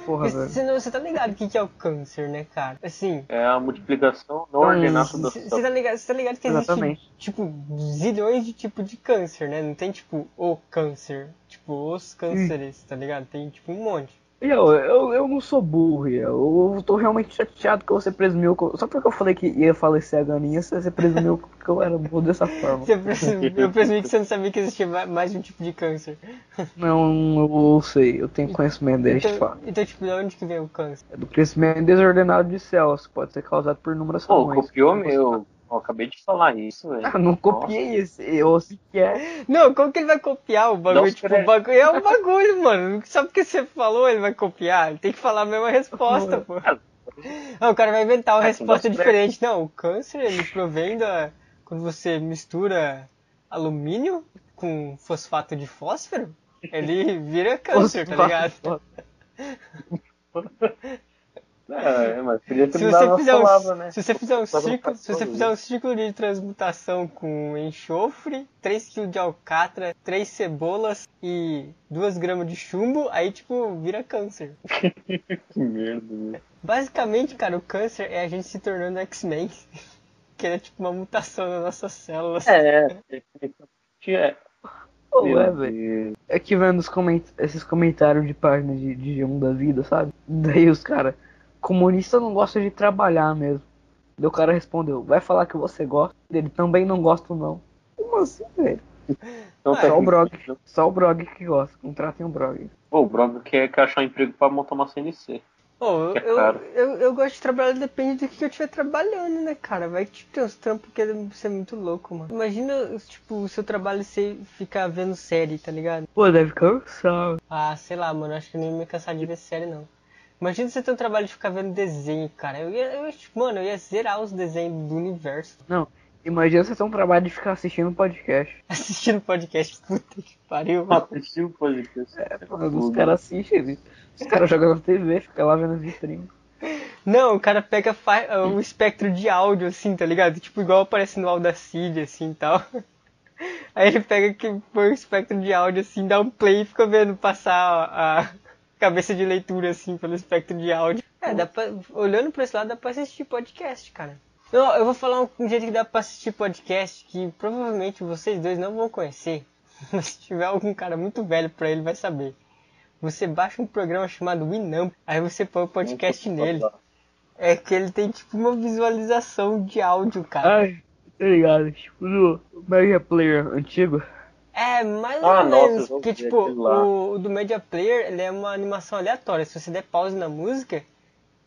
Speaker 1: porra,
Speaker 3: Mas
Speaker 1: velho.
Speaker 3: Você, não- você tá ligado o que, que é o câncer, né, cara? Assim.
Speaker 2: É a multiplicação não
Speaker 1: Então,
Speaker 2: ordenada da
Speaker 3: Você você tá
Speaker 2: célula.
Speaker 3: ligado, você tá ligado que existe
Speaker 1: Exatamente.
Speaker 3: tipo zilhões de tipo de câncer, né? Não tem tipo o câncer, tipo os cânceres, tá ligado? Tem tipo um monte.
Speaker 1: Eu, eu, eu não sou burro, eu, eu tô realmente chateado que você presumiu. que eu- Só porque eu falei que ia falecer a ganinha, você, você presumiu que eu era burro dessa forma.
Speaker 3: Você presumi- eu presumi que você não sabia que existia ma- mais de um tipo de câncer.
Speaker 1: Não, eu sei, eu tenho conhecimento deste
Speaker 3: Então,
Speaker 1: fato.
Speaker 3: então, tipo, de onde que vem o câncer?
Speaker 1: É do crescimento desordenado de células, que pode ser causado por inúmeras
Speaker 2: Pô,
Speaker 3: é
Speaker 1: razões.
Speaker 2: copiou
Speaker 3: né?
Speaker 2: meu. Eu acabei de falar isso, velho.
Speaker 1: Ah, não copiei esse, eu sei que é.
Speaker 3: Não, como que ele vai copiar o bagulho?
Speaker 2: Dá os
Speaker 3: tipo, o
Speaker 2: créditos.
Speaker 3: bagulho é o bagulho, mano. Só porque você falou, ele vai copiar. Ele tem que falar a mesma resposta, pô. Ah, o cara vai inventar uma
Speaker 2: Ah, sim, dá os
Speaker 3: resposta diferente. Não, o câncer, ele provém da... Quando você mistura alumínio com fosfato de fósforo, ele vira câncer, tá ligado?
Speaker 2: É, mas podia ter
Speaker 3: Se
Speaker 2: me dado
Speaker 3: você,
Speaker 2: uma
Speaker 3: fizer um,
Speaker 2: palavra, né?
Speaker 3: se você fizer um
Speaker 2: Palavra
Speaker 3: ciclo, se você
Speaker 2: patroa.
Speaker 3: fizer um ciclo de transmutação com enxofre, 3 kg de alcatra, 3 cebolas e 2 gramas de chumbo, aí tipo vira câncer.
Speaker 2: Que merda, né?
Speaker 3: Basicamente, cara, o câncer é a gente se tornando X-Men, que é tipo uma mutação nas nossas células.
Speaker 2: É, definitivamente é.
Speaker 1: Pô,
Speaker 2: Meu
Speaker 1: é, velho.
Speaker 2: Deus.
Speaker 1: É que vendo os coment... esses comentários de página de, de G1 da vida, sabe? Daí os caras, comunista não gosta de trabalhar mesmo. Daí o cara respondeu, vai falar que você gosta dele, também não gosto não. Como assim, velho?
Speaker 2: Então,
Speaker 3: Ah,
Speaker 2: tá
Speaker 1: só o
Speaker 2: aqui.
Speaker 1: Brog. Só o Brog que gosta, contratem o Brog.
Speaker 2: Pô, o Brog quer que achar um emprego pra montar uma CNC.
Speaker 3: Ô,
Speaker 2: É
Speaker 3: eu,
Speaker 2: claro.
Speaker 3: eu, eu gosto de trabalhar, depende do que eu estiver trabalhando, né, cara? Vai que tipo, tem uns trampos que deve ser muito louco, mano. Imagina, tipo, o seu trabalho ser ficar vendo série, tá ligado?
Speaker 1: Pô, deve cansar.
Speaker 3: Ah, sei lá, mano, acho que eu nem ia me cansar de ver série, não. Imagina você ter um trabalho de ficar vendo desenho, cara. Eu ia, eu ia, tipo, mano, eu ia zerar os desenhos do universo
Speaker 1: Não, imagina você ter um trabalho de ficar assistindo podcast.
Speaker 3: assistindo podcast. Puta que pariu.
Speaker 2: Assistir o podcast.
Speaker 3: É,
Speaker 1: Mano, os caras assistem, eles- os caras jogam na TV, fica lá vendo as streams.
Speaker 3: Não, o cara pega fa- ah, o espectro de áudio, assim, tá ligado? Tipo, igual aparece no Audacity, assim, e tal. Aí ele pega que põe o espectro de áudio, assim, dá um play e fica vendo passar a a cabeça de leitura, assim, pelo espectro de áudio. É, dá pra, olhando pra esse lado, dá pra assistir podcast, cara. Eu, eu vou falar um, um jeito que dá pra assistir podcast que provavelmente vocês dois não vão conhecer. Mas se tiver algum cara muito velho pra ele, vai saber. Você baixa um programa chamado Winamp, aí você põe o podcast nele. É que ele tem tipo uma visualização de áudio, cara.
Speaker 1: Ai, tá ligado? Tipo, no Mega Player antigo.
Speaker 3: É, mais ou
Speaker 2: Ah, nossa,
Speaker 3: menos.
Speaker 2: eu vou
Speaker 3: porque,
Speaker 2: ver
Speaker 3: tipo,
Speaker 2: aquilo lá.
Speaker 3: o, o do Media Player ele é uma animação aleatória. Se você der pause na música,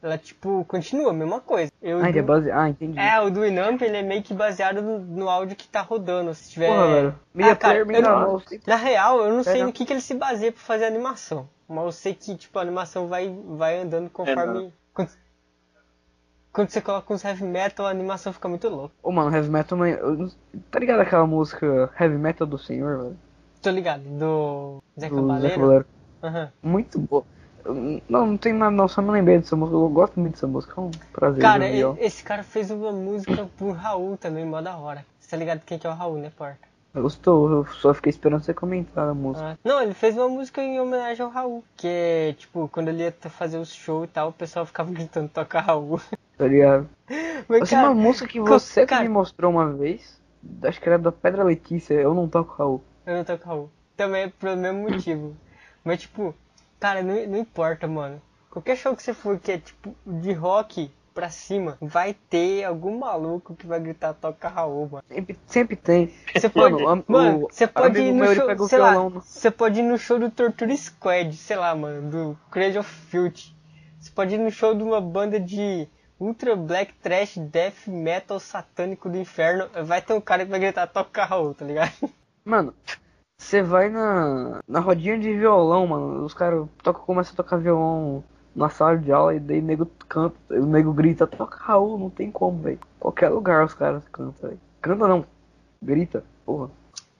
Speaker 3: ela, tipo, continua a mesma coisa. Eu,
Speaker 1: Ah,
Speaker 3: do-
Speaker 1: ele é base... ah entendi.
Speaker 3: é, o do Inamp ele é meio que baseado no, no áudio que tá rodando. Se tiver.
Speaker 1: Porra, velho. Media
Speaker 3: Ah, cara,
Speaker 1: Player me
Speaker 3: eu não-
Speaker 1: enganou.
Speaker 3: Na real, eu não
Speaker 2: É.
Speaker 3: sei
Speaker 1: Legal.
Speaker 3: no que, que ele se baseia pra fazer animação. Mas eu sei que, tipo, a animação vai, vai andando
Speaker 2: É,
Speaker 3: conforme.
Speaker 2: né?
Speaker 3: quando, quando você coloca uns heavy metal, a animação fica muito louca.
Speaker 1: Ô, mano, Heavy Metal... Man... eu não- Tá ligado aquela música Heavy Metal do Senhor, velho?
Speaker 3: Tô ligado, do Zé
Speaker 1: Do Zé
Speaker 3: Cabaleiro.
Speaker 1: Cabaleiro.
Speaker 3: Aham.
Speaker 1: Muito boa. Eu- Não, não tem nada não, só me lembrei dessa música. Eu gosto muito dessa música, é um prazer.
Speaker 3: Cara,
Speaker 1: ouvir, ó.
Speaker 3: e- esse cara fez uma música pro Raul também, mó da hora. Você tá ligado quem que é o Raul, né, porca?
Speaker 1: Eu estou, eu só fiquei esperando você comentar a música.
Speaker 3: Ah, Não, ele fez uma música em homenagem ao Raul. Que é, tipo, quando ele ia t- fazer os shows e tal, o pessoal ficava gritando, toca Raul.
Speaker 1: Tá ligado?
Speaker 3: Mas, é
Speaker 1: Assim, uma
Speaker 3: Ah. cara,
Speaker 1: música que
Speaker 3: co-
Speaker 1: você
Speaker 3: cara-
Speaker 1: me mostrou uma vez, acho que era da Pedra Letícia, eu não toco Raul.
Speaker 3: eu não toco Raul. Também é pelo mesmo motivo. Mas, tipo, cara, não, não importa, mano. Qualquer show que você for que é, tipo, de rock pra cima, vai ter algum maluco que vai gritar, toca Raul, mano.
Speaker 1: Sempre, sempre tem.
Speaker 3: Você pode,
Speaker 1: Mano, am-
Speaker 3: mano,
Speaker 1: o-
Speaker 3: você pode
Speaker 1: amigo
Speaker 3: ir no
Speaker 1: meu, ele
Speaker 3: show,
Speaker 1: pega o
Speaker 3: sei lá,
Speaker 1: violão, né?
Speaker 3: você pode ir no show do Torture Squad, sei lá, mano, do Cradle of Filth. Você pode ir no show de uma banda de ultra black trash death metal satânico do inferno, vai ter um cara que vai gritar toca Raul, tá ligado?
Speaker 1: Mano, você vai na, na rodinha de violão, mano. Os caras tocam, começam a tocar violão na sala de aula e daí o nego canta, o nego grita, toca Raul, não tem como, velho. Qualquer lugar os caras cantam, velho. Canta não, grita, porra.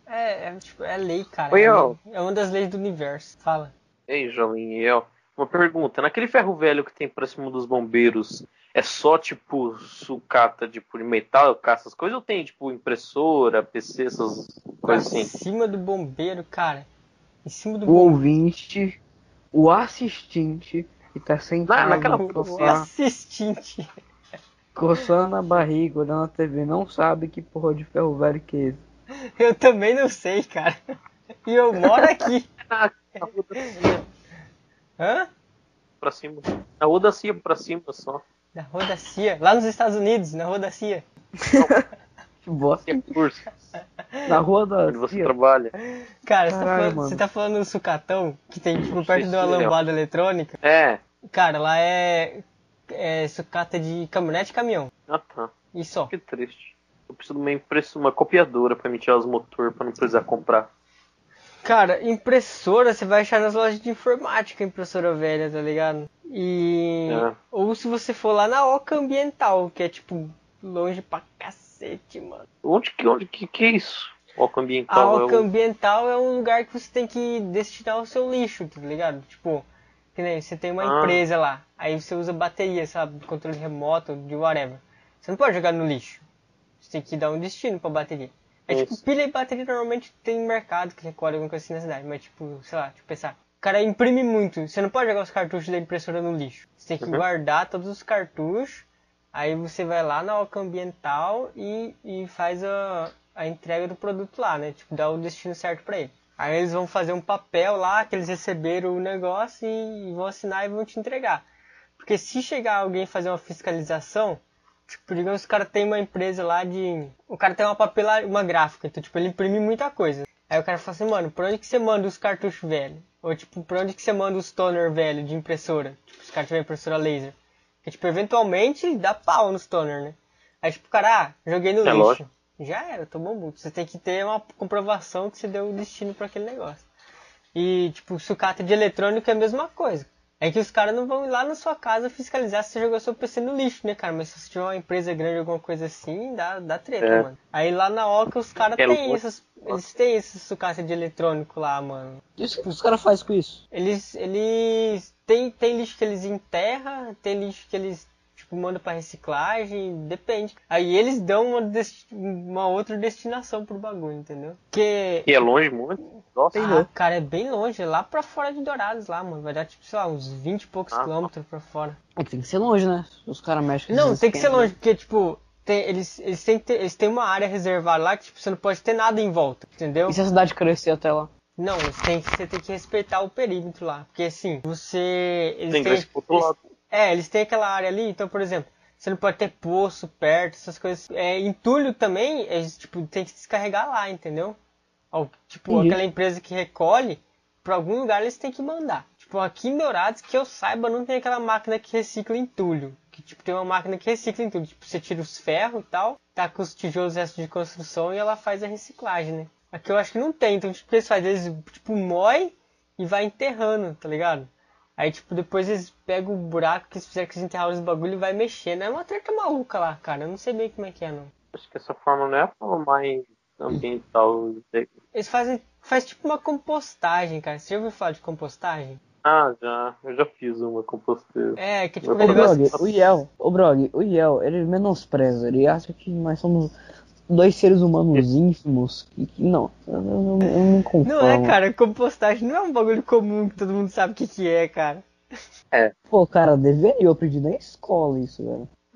Speaker 3: É, é, tipo, é lei, cara.
Speaker 2: Oi,
Speaker 3: é,
Speaker 2: ó.
Speaker 3: é uma das leis do universo. Fala.
Speaker 2: Ei, jovem, eu. Uma pergunta. Naquele ferro velho que tem próximo dos bombeiros, é só tipo sucata tipo, de metal, caça essas coisas? Ou tem tipo impressora, PC, essas coisas
Speaker 3: Em
Speaker 2: assim?
Speaker 3: cima do bombeiro, cara. Em cima do
Speaker 1: O ouvinte, o assistente que tá
Speaker 2: Ah,
Speaker 1: sentado
Speaker 2: naquela
Speaker 1: no
Speaker 3: bombeiro. O
Speaker 1: sofá,
Speaker 3: assistente.
Speaker 1: coçando a barriga, olhando a TV, não sabe que porra de ferro velho que é esse.
Speaker 3: Eu também não sei,
Speaker 2: Ah,
Speaker 3: cara. E eu moro aqui.
Speaker 2: Na, na rua da Silva.
Speaker 3: Hã?
Speaker 2: pra cima. Na rodacia pra cima só.
Speaker 3: Da Rodacia, lá nos Estados Unidos, na Rodacia.
Speaker 1: Que bosta.
Speaker 2: Que é curso.
Speaker 1: Na rua da.
Speaker 2: Onde você trabalha.
Speaker 3: Cara, você
Speaker 1: Caralho,
Speaker 3: tá, falando,
Speaker 1: mano.
Speaker 3: você tá falando do sucatão, que tem tipo
Speaker 2: sei
Speaker 3: perto
Speaker 2: se
Speaker 3: da
Speaker 2: é.
Speaker 3: lambada eletrônica?
Speaker 2: É.
Speaker 3: Cara, lá é, é sucata de caminhonete e caminhão.
Speaker 2: Ah tá.
Speaker 3: E só.
Speaker 2: Que triste. Eu preciso de uma impressa, uma copiadora pra emitir os motores pra não precisar comprar.
Speaker 3: Cara, impressora você vai achar nas lojas de informática, impressora velha, tá ligado? E.
Speaker 2: É.
Speaker 3: Ou se você for lá na Oca Ambiental, que é tipo longe pra cacete, mano.
Speaker 2: Onde que onde que, que é isso? Oca ambiental.
Speaker 3: A Oca
Speaker 2: é o-
Speaker 3: Ambiental é um lugar que você tem que destinar o seu lixo, tá ligado? Tipo, que nem você tem uma
Speaker 2: Ah.
Speaker 3: empresa lá, aí você usa bateria, sabe? Controle remoto, de whatever. Você não pode jogar no lixo. Você tem que dar um destino pra bateria. É
Speaker 2: Isso.
Speaker 3: tipo, pilha e bateria normalmente tem mercado que recolhe alguma coisa assim na cidade, mas tipo, sei lá, tipo pensar. O cara imprime muito, você não pode jogar os cartuchos da impressora no lixo. Você tem que
Speaker 2: Uhum.
Speaker 3: guardar todos os cartuchos, aí você vai lá na Oca Ambiental e, e faz a, a entrega do produto lá, né? Tipo, dá o destino certo pra ele. Aí eles vão fazer um papel lá que eles receberam o negócio e, e vão assinar e vão te entregar. Porque se chegar alguém fazer uma fiscalização, Tipo, digamos que o cara tem uma empresa lá de. O cara tem uma papelaria, uma gráfica, então, tipo, ele imprime muita coisa. Aí o cara fala assim, mano, pra onde que você manda os cartuchos velho? Ou, tipo, pra onde que você manda os toner velho de impressora? Tipo, se o cara tiver impressora laser. Porque, tipo, eventualmente dá pau nos toner, né? Aí, tipo, o cara, ah, joguei no
Speaker 2: É
Speaker 3: lixo.
Speaker 2: lógico.
Speaker 3: Já era, tomou muito. Você tem que ter uma comprovação que você deu o destino pra aquele negócio. E, tipo, sucata de eletrônico é a mesma coisa. É que os caras não vão ir lá na sua casa fiscalizar se você jogou seu PC no lixo, né, cara? Mas se você tiver uma empresa grande, alguma coisa assim, dá, dá treta,
Speaker 2: É.
Speaker 3: mano. Aí lá na Oca os caras
Speaker 2: Quero
Speaker 3: têm
Speaker 2: muito.
Speaker 3: essas. Eles têm esses sucata de eletrônico lá, mano.
Speaker 1: Isso que os caras fazem com isso?
Speaker 3: Eles. Eles. Tem, tem lixo que eles enterram, tem lixo que eles, tipo, mandam pra reciclagem, depende. Aí eles dão uma, desti- uma outra destinação pro bagulho, entendeu? Porque.
Speaker 2: E é longe muito. Nossa.
Speaker 1: Tem
Speaker 3: Ah,
Speaker 1: louco.
Speaker 3: cara, é bem longe, é lá pra fora de Dourados, lá, mano. Vai dar, tipo, sei lá, uns 20 e poucos
Speaker 2: Ah.
Speaker 3: quilômetros pra fora.
Speaker 1: É que tem que ser longe, né? Os caras mexem com
Speaker 3: Não,
Speaker 1: esses
Speaker 3: tem que ser
Speaker 1: esquemas.
Speaker 3: longe, porque, tipo, tem- eles, eles, têm que ter- eles têm uma área reservada lá que, tipo, você não pode ter nada em volta, entendeu?
Speaker 1: E se a cidade crescer até lá?
Speaker 3: Não, você tem, que- você tem que respeitar o perímetro lá. Porque, assim, você... Eles
Speaker 2: Tem que
Speaker 3: têm-
Speaker 2: ver pro outro lado.
Speaker 3: é, eles têm aquela área ali, então, por exemplo, você não pode ter poço perto, essas coisas. É, entulho também, é, tipo, tem que descarregar lá, entendeu? Ou, tipo,
Speaker 1: Entendi.
Speaker 3: aquela empresa que recolhe, pra algum lugar eles têm que mandar. Tipo, aqui em Dourados, que eu saiba, não tem aquela máquina que recicla entulho. Que, tipo, tem uma máquina que recicla entulho. Tipo, você tira os ferros e tal, tá com os tijolos restos de construção e ela faz a reciclagem, né? Aqui eu acho que não tem, então, tipo, o que eles fazem? Eles, tipo, moem e vai enterrando, tá ligado? Aí, tipo, depois eles pegam o buraco que eles fizeram que eles enterraram os bagulho e vai mexendo. É uma treta maluca lá, cara. Eu não sei bem como é que é, não.
Speaker 2: Acho que essa forma não é a forma mais ambiental. de-
Speaker 3: Eles fazem. Faz tipo uma compostagem, cara. Você já ouviu falar de compostagem?
Speaker 2: Ah, já. Eu já fiz uma composteira.
Speaker 3: É, que é tipo
Speaker 2: Ô,
Speaker 1: Ô,
Speaker 3: um
Speaker 1: Brog,
Speaker 3: negócio.
Speaker 1: o Yel, ô, Brog, o Yel, ele menospreza, ele acha que nós somos dois seres humanos ínfimos. E que, não, eu, eu- eu não me conformo.
Speaker 3: Não é, cara. Compostagem não é um bagulho comum que todo mundo sabe o que, que é, cara.
Speaker 1: Pô, cara, deveria, eu aprendi na escola isso,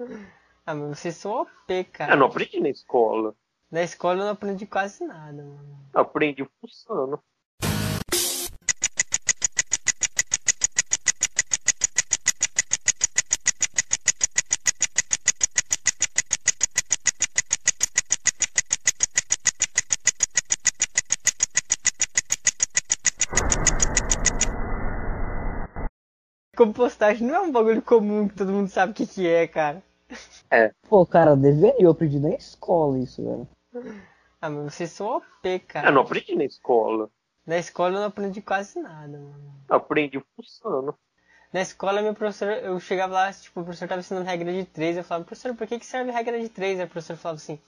Speaker 1: velho.
Speaker 3: Ah, mas vocês são OP, cara.
Speaker 2: Eu É, não aprendi na escola.
Speaker 3: Na escola eu não aprendi quase nada, mano.
Speaker 2: Eu aprendi pulsando.
Speaker 3: Compostagem não é um bagulho comum que todo mundo sabe o que, que é, cara.
Speaker 1: Pô, cara, deveria, eu aprendi na escola isso, velho.
Speaker 3: Ah, mas vocês são OP, cara.
Speaker 2: Eu É, não aprendi na escola.
Speaker 3: Na escola eu não aprendi quase nada, mano.
Speaker 2: Eu aprendi pulsando.
Speaker 3: Na escola, meu professor, eu chegava lá, tipo, o professor tava ensinando regra de três, eu falava, professor, por que que serve regra de três? Aí o professor falava assim,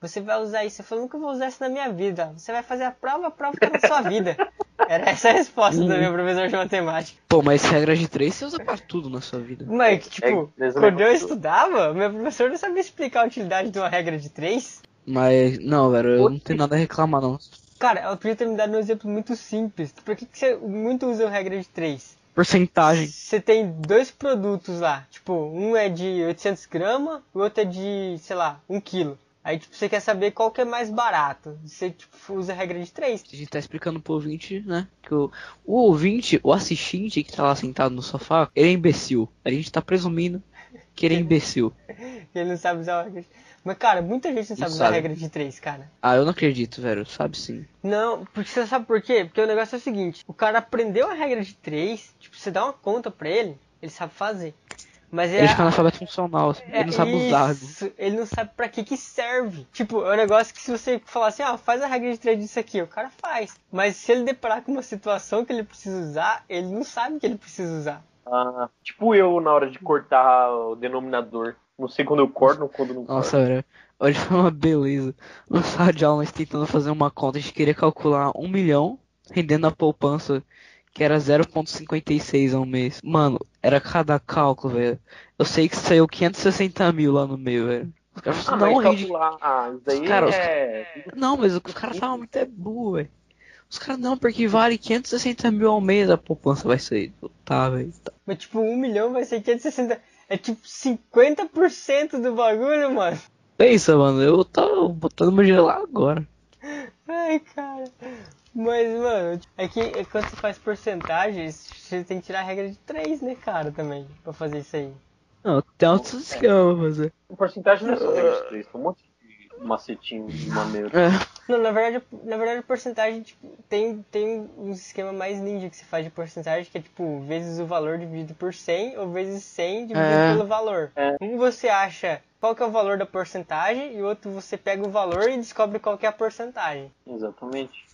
Speaker 3: você vai usar isso. Eu falava, nunca vou usar isso na minha vida. Você vai fazer a prova, a prova fica na sua vida. Era essa a resposta do
Speaker 2: Uhum.
Speaker 3: meu professor de matemática.
Speaker 1: Pô, mas regra de três você usa pra tudo na sua vida.
Speaker 3: Mas, que, tipo,
Speaker 2: É, mesmo
Speaker 3: quando eu
Speaker 2: negócio.
Speaker 3: estudava, meu professor não sabia explicar a utilidade de uma regra de três.
Speaker 1: Mas, não, velho,
Speaker 2: eu não tenho
Speaker 1: nada a reclamar, não.
Speaker 3: Cara, ela podia ter me dado um exemplo muito simples. Por que que você muito usa a regra de três?
Speaker 1: Porcentagem.
Speaker 3: Você tem dois produtos lá. Tipo, um é de 800 gramas, o outro é de, sei lá, 1 quilo. Aí, tipo, você quer saber qual que é mais barato. Você, tipo, usa a regra de três.
Speaker 1: A gente tá explicando pro ouvinte, né? Que o, o ouvinte, o assistente que tá lá sentado no sofá, ele é imbecil. A gente tá presumindo que ele é imbecil.
Speaker 3: Ele não sabe usar a regra de... Mas, cara, muita gente
Speaker 1: Não
Speaker 3: não sabe usar a
Speaker 1: sabe.
Speaker 3: regra de três, cara.
Speaker 1: Ah, eu não acredito, velho. Sabe sim.
Speaker 3: Não, porque você sabe por quê? Porque o negócio é o seguinte, o cara aprendeu a regra de três, tipo, você dá uma conta pra ele, ele sabe fazer. Mas é
Speaker 1: Ele fica analfabeto funcional. assim,
Speaker 3: é
Speaker 1: Ele não sabe usar. né?
Speaker 3: isso, Ele não sabe pra que que serve. Tipo, é um negócio que se você falar assim, ah, faz a regra de três disso aqui, o cara faz. Mas se ele deparar com uma situação que ele precisa usar, ele não sabe que ele precisa usar.
Speaker 2: Ah, tipo eu na hora de cortar o denominador. Não sei quando eu corto, não quando eu não corto.
Speaker 1: Nossa, velho. Hoje foi uma beleza. No sala de aula, nós tentando fazer uma conta. A gente queria calcular um milhão, rendendo a poupança, que era 0,56 ao mês. Mano, era cada cálculo, velho. Eu sei que saiu 560 mil lá no meio, velho. Os caras
Speaker 2: Ah,
Speaker 1: falaram,
Speaker 2: mas
Speaker 1: não, rende.
Speaker 2: calcular. Ah, isso daí
Speaker 1: Cara, os-
Speaker 2: é.
Speaker 1: Não, mas o que os caras falam muito é burro, velho. Os caras, não, porque vale 560 mil ao mês a poupança vai sair. Tá, velho. Tá.
Speaker 3: Mas tipo, um milhão vai ser 560... É tipo 50% do bagulho, mano.
Speaker 1: Pensa, mano, eu tô botando meu dinheiro lá agora.
Speaker 3: Ai, cara. Mas, mano, é que é quando você faz porcentagens, você tem que tirar a regra de 3, né, cara, também, pra fazer isso aí.
Speaker 1: Não, é. tem outros esquemas, pra fazer.
Speaker 2: O porcentagem não é só regra de três, tem um monte de macetinho de maneiro.
Speaker 1: É.
Speaker 3: Não, na verdade, na verdade, a porcentagem, tipo, tem, tem um esquema mais ninja que você faz de porcentagem, que é, tipo, vezes o valor dividido por 100, ou vezes 100 dividido
Speaker 1: É.
Speaker 3: pelo valor.
Speaker 2: É.
Speaker 3: Um você acha qual que é o valor da porcentagem, e o outro você pega o valor e descobre qual que é a porcentagem.
Speaker 2: Exatamente.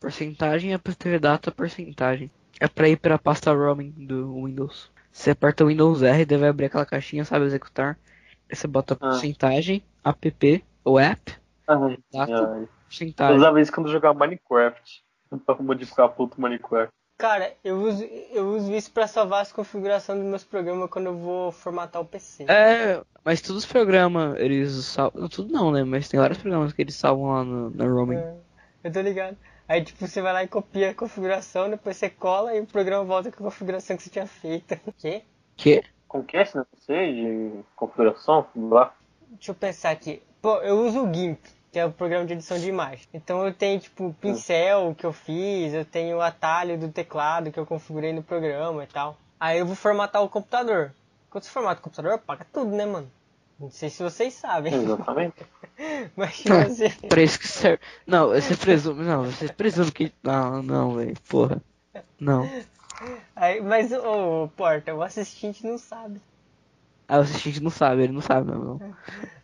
Speaker 1: Porcentagem é pra ter data porcentagem. É pra ir pra pasta roaming do Windows. Você aperta o Windows R, daí vai abrir aquela caixinha, sabe, executar. Aí você bota porcentagem, app, ou app,
Speaker 2: Ai,
Speaker 1: data,
Speaker 2: ai. Eu
Speaker 1: porcentagem.
Speaker 2: usava isso quando eu jogava Minecraft. Pra modificar a puta Minecraft.
Speaker 3: Cara, eu uso, eu uso isso pra salvar as configurações dos meus programas quando eu vou formatar o PC.
Speaker 1: É, mas todos os programas, eles salvam. Tudo não, né? Mas tem vários programas que eles salvam lá no, na roaming.
Speaker 3: É, Eu tô ligado. Aí, tipo, você vai lá e copia a configuração, depois você cola e o programa volta com a configuração que você tinha feito. O quê?
Speaker 1: Que?
Speaker 2: Como que é esse negócio de configuração? Vamos lá.
Speaker 3: Deixa eu pensar aqui. Pô, eu uso o GIMP, que é o programa de edição de imagem. Então eu tenho, tipo, o pincel que eu fiz, eu tenho o atalho do teclado que eu configurei no programa e tal. Aí eu vou formatar o computador. Quando você formata o computador, apaga tudo, né, mano? Não sei se vocês sabem,
Speaker 2: Exatamente.
Speaker 3: mas se você...
Speaker 1: Pra isso que serve. Não, você presume. Não, você presume que. Não, não, velho. Porra. Não.
Speaker 3: Aí, mas, ô, Porta, o assistente não sabe.
Speaker 1: Ah, o assistente não sabe, ele não sabe, não. não.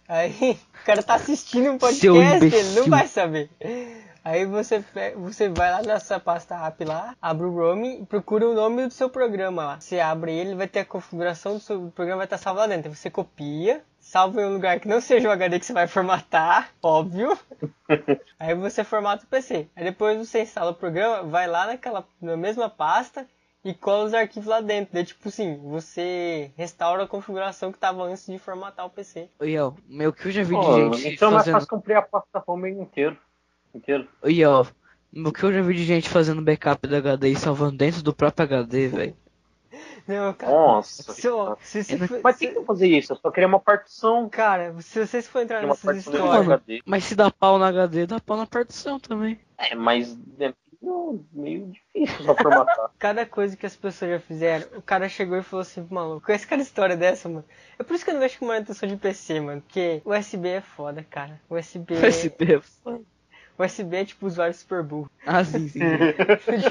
Speaker 3: Aí o cara tá assistindo um
Speaker 1: Seu
Speaker 3: podcast,
Speaker 1: imbecil.
Speaker 3: ele não vai saber. Aí você, pe- você vai lá nessa pasta app lá, abre o Roaming, procura o nome do seu programa lá. Você abre ele, vai ter a configuração do seu programa, vai estar salvo lá dentro. Aí Você copia, salva em um lugar que não seja o HD que você vai formatar, óbvio. Aí você formata o PC. Aí depois você instala o programa, vai lá naquela na mesma pasta e cola os arquivos lá dentro. Daí, tipo assim, você restaura a configuração que estava antes de formatar o PC.
Speaker 1: Iel, meu que eu já vi de
Speaker 2: Pô,
Speaker 1: gente
Speaker 2: então é mais
Speaker 1: fazendo.
Speaker 2: fácil comprar a pasta home inteiro. Inteiro.
Speaker 1: Iel, meu que eu já vi de gente fazendo backup do HD e salvando dentro do próprio HD, velho.
Speaker 2: É,
Speaker 3: Não, cara.
Speaker 2: Nossa.
Speaker 3: Se, eu- se, se,
Speaker 1: Eu não-
Speaker 3: for-
Speaker 2: Mas
Speaker 3: se-
Speaker 2: tem que fazer isso, eu só queria uma partição.
Speaker 3: cara, se vocês forem entrar
Speaker 2: Uma
Speaker 3: nessas
Speaker 2: partição do
Speaker 1: Mano.
Speaker 3: histórias.
Speaker 2: HD.
Speaker 1: Mas se dá pau no HD, dá pau na partição também.
Speaker 2: É, mas é meio, meio difícil só formatar.
Speaker 3: Cada coisa que as pessoas já fizeram, o cara chegou e falou assim, maluco, conhece cada história dessa, mano. É por isso que eu não mexo com manutenção de PC, mano. Porque USB é foda, cara. USB.
Speaker 1: USB é foda.
Speaker 3: USB é tipo usuário super burro.
Speaker 1: Ah, sim, sim. sim.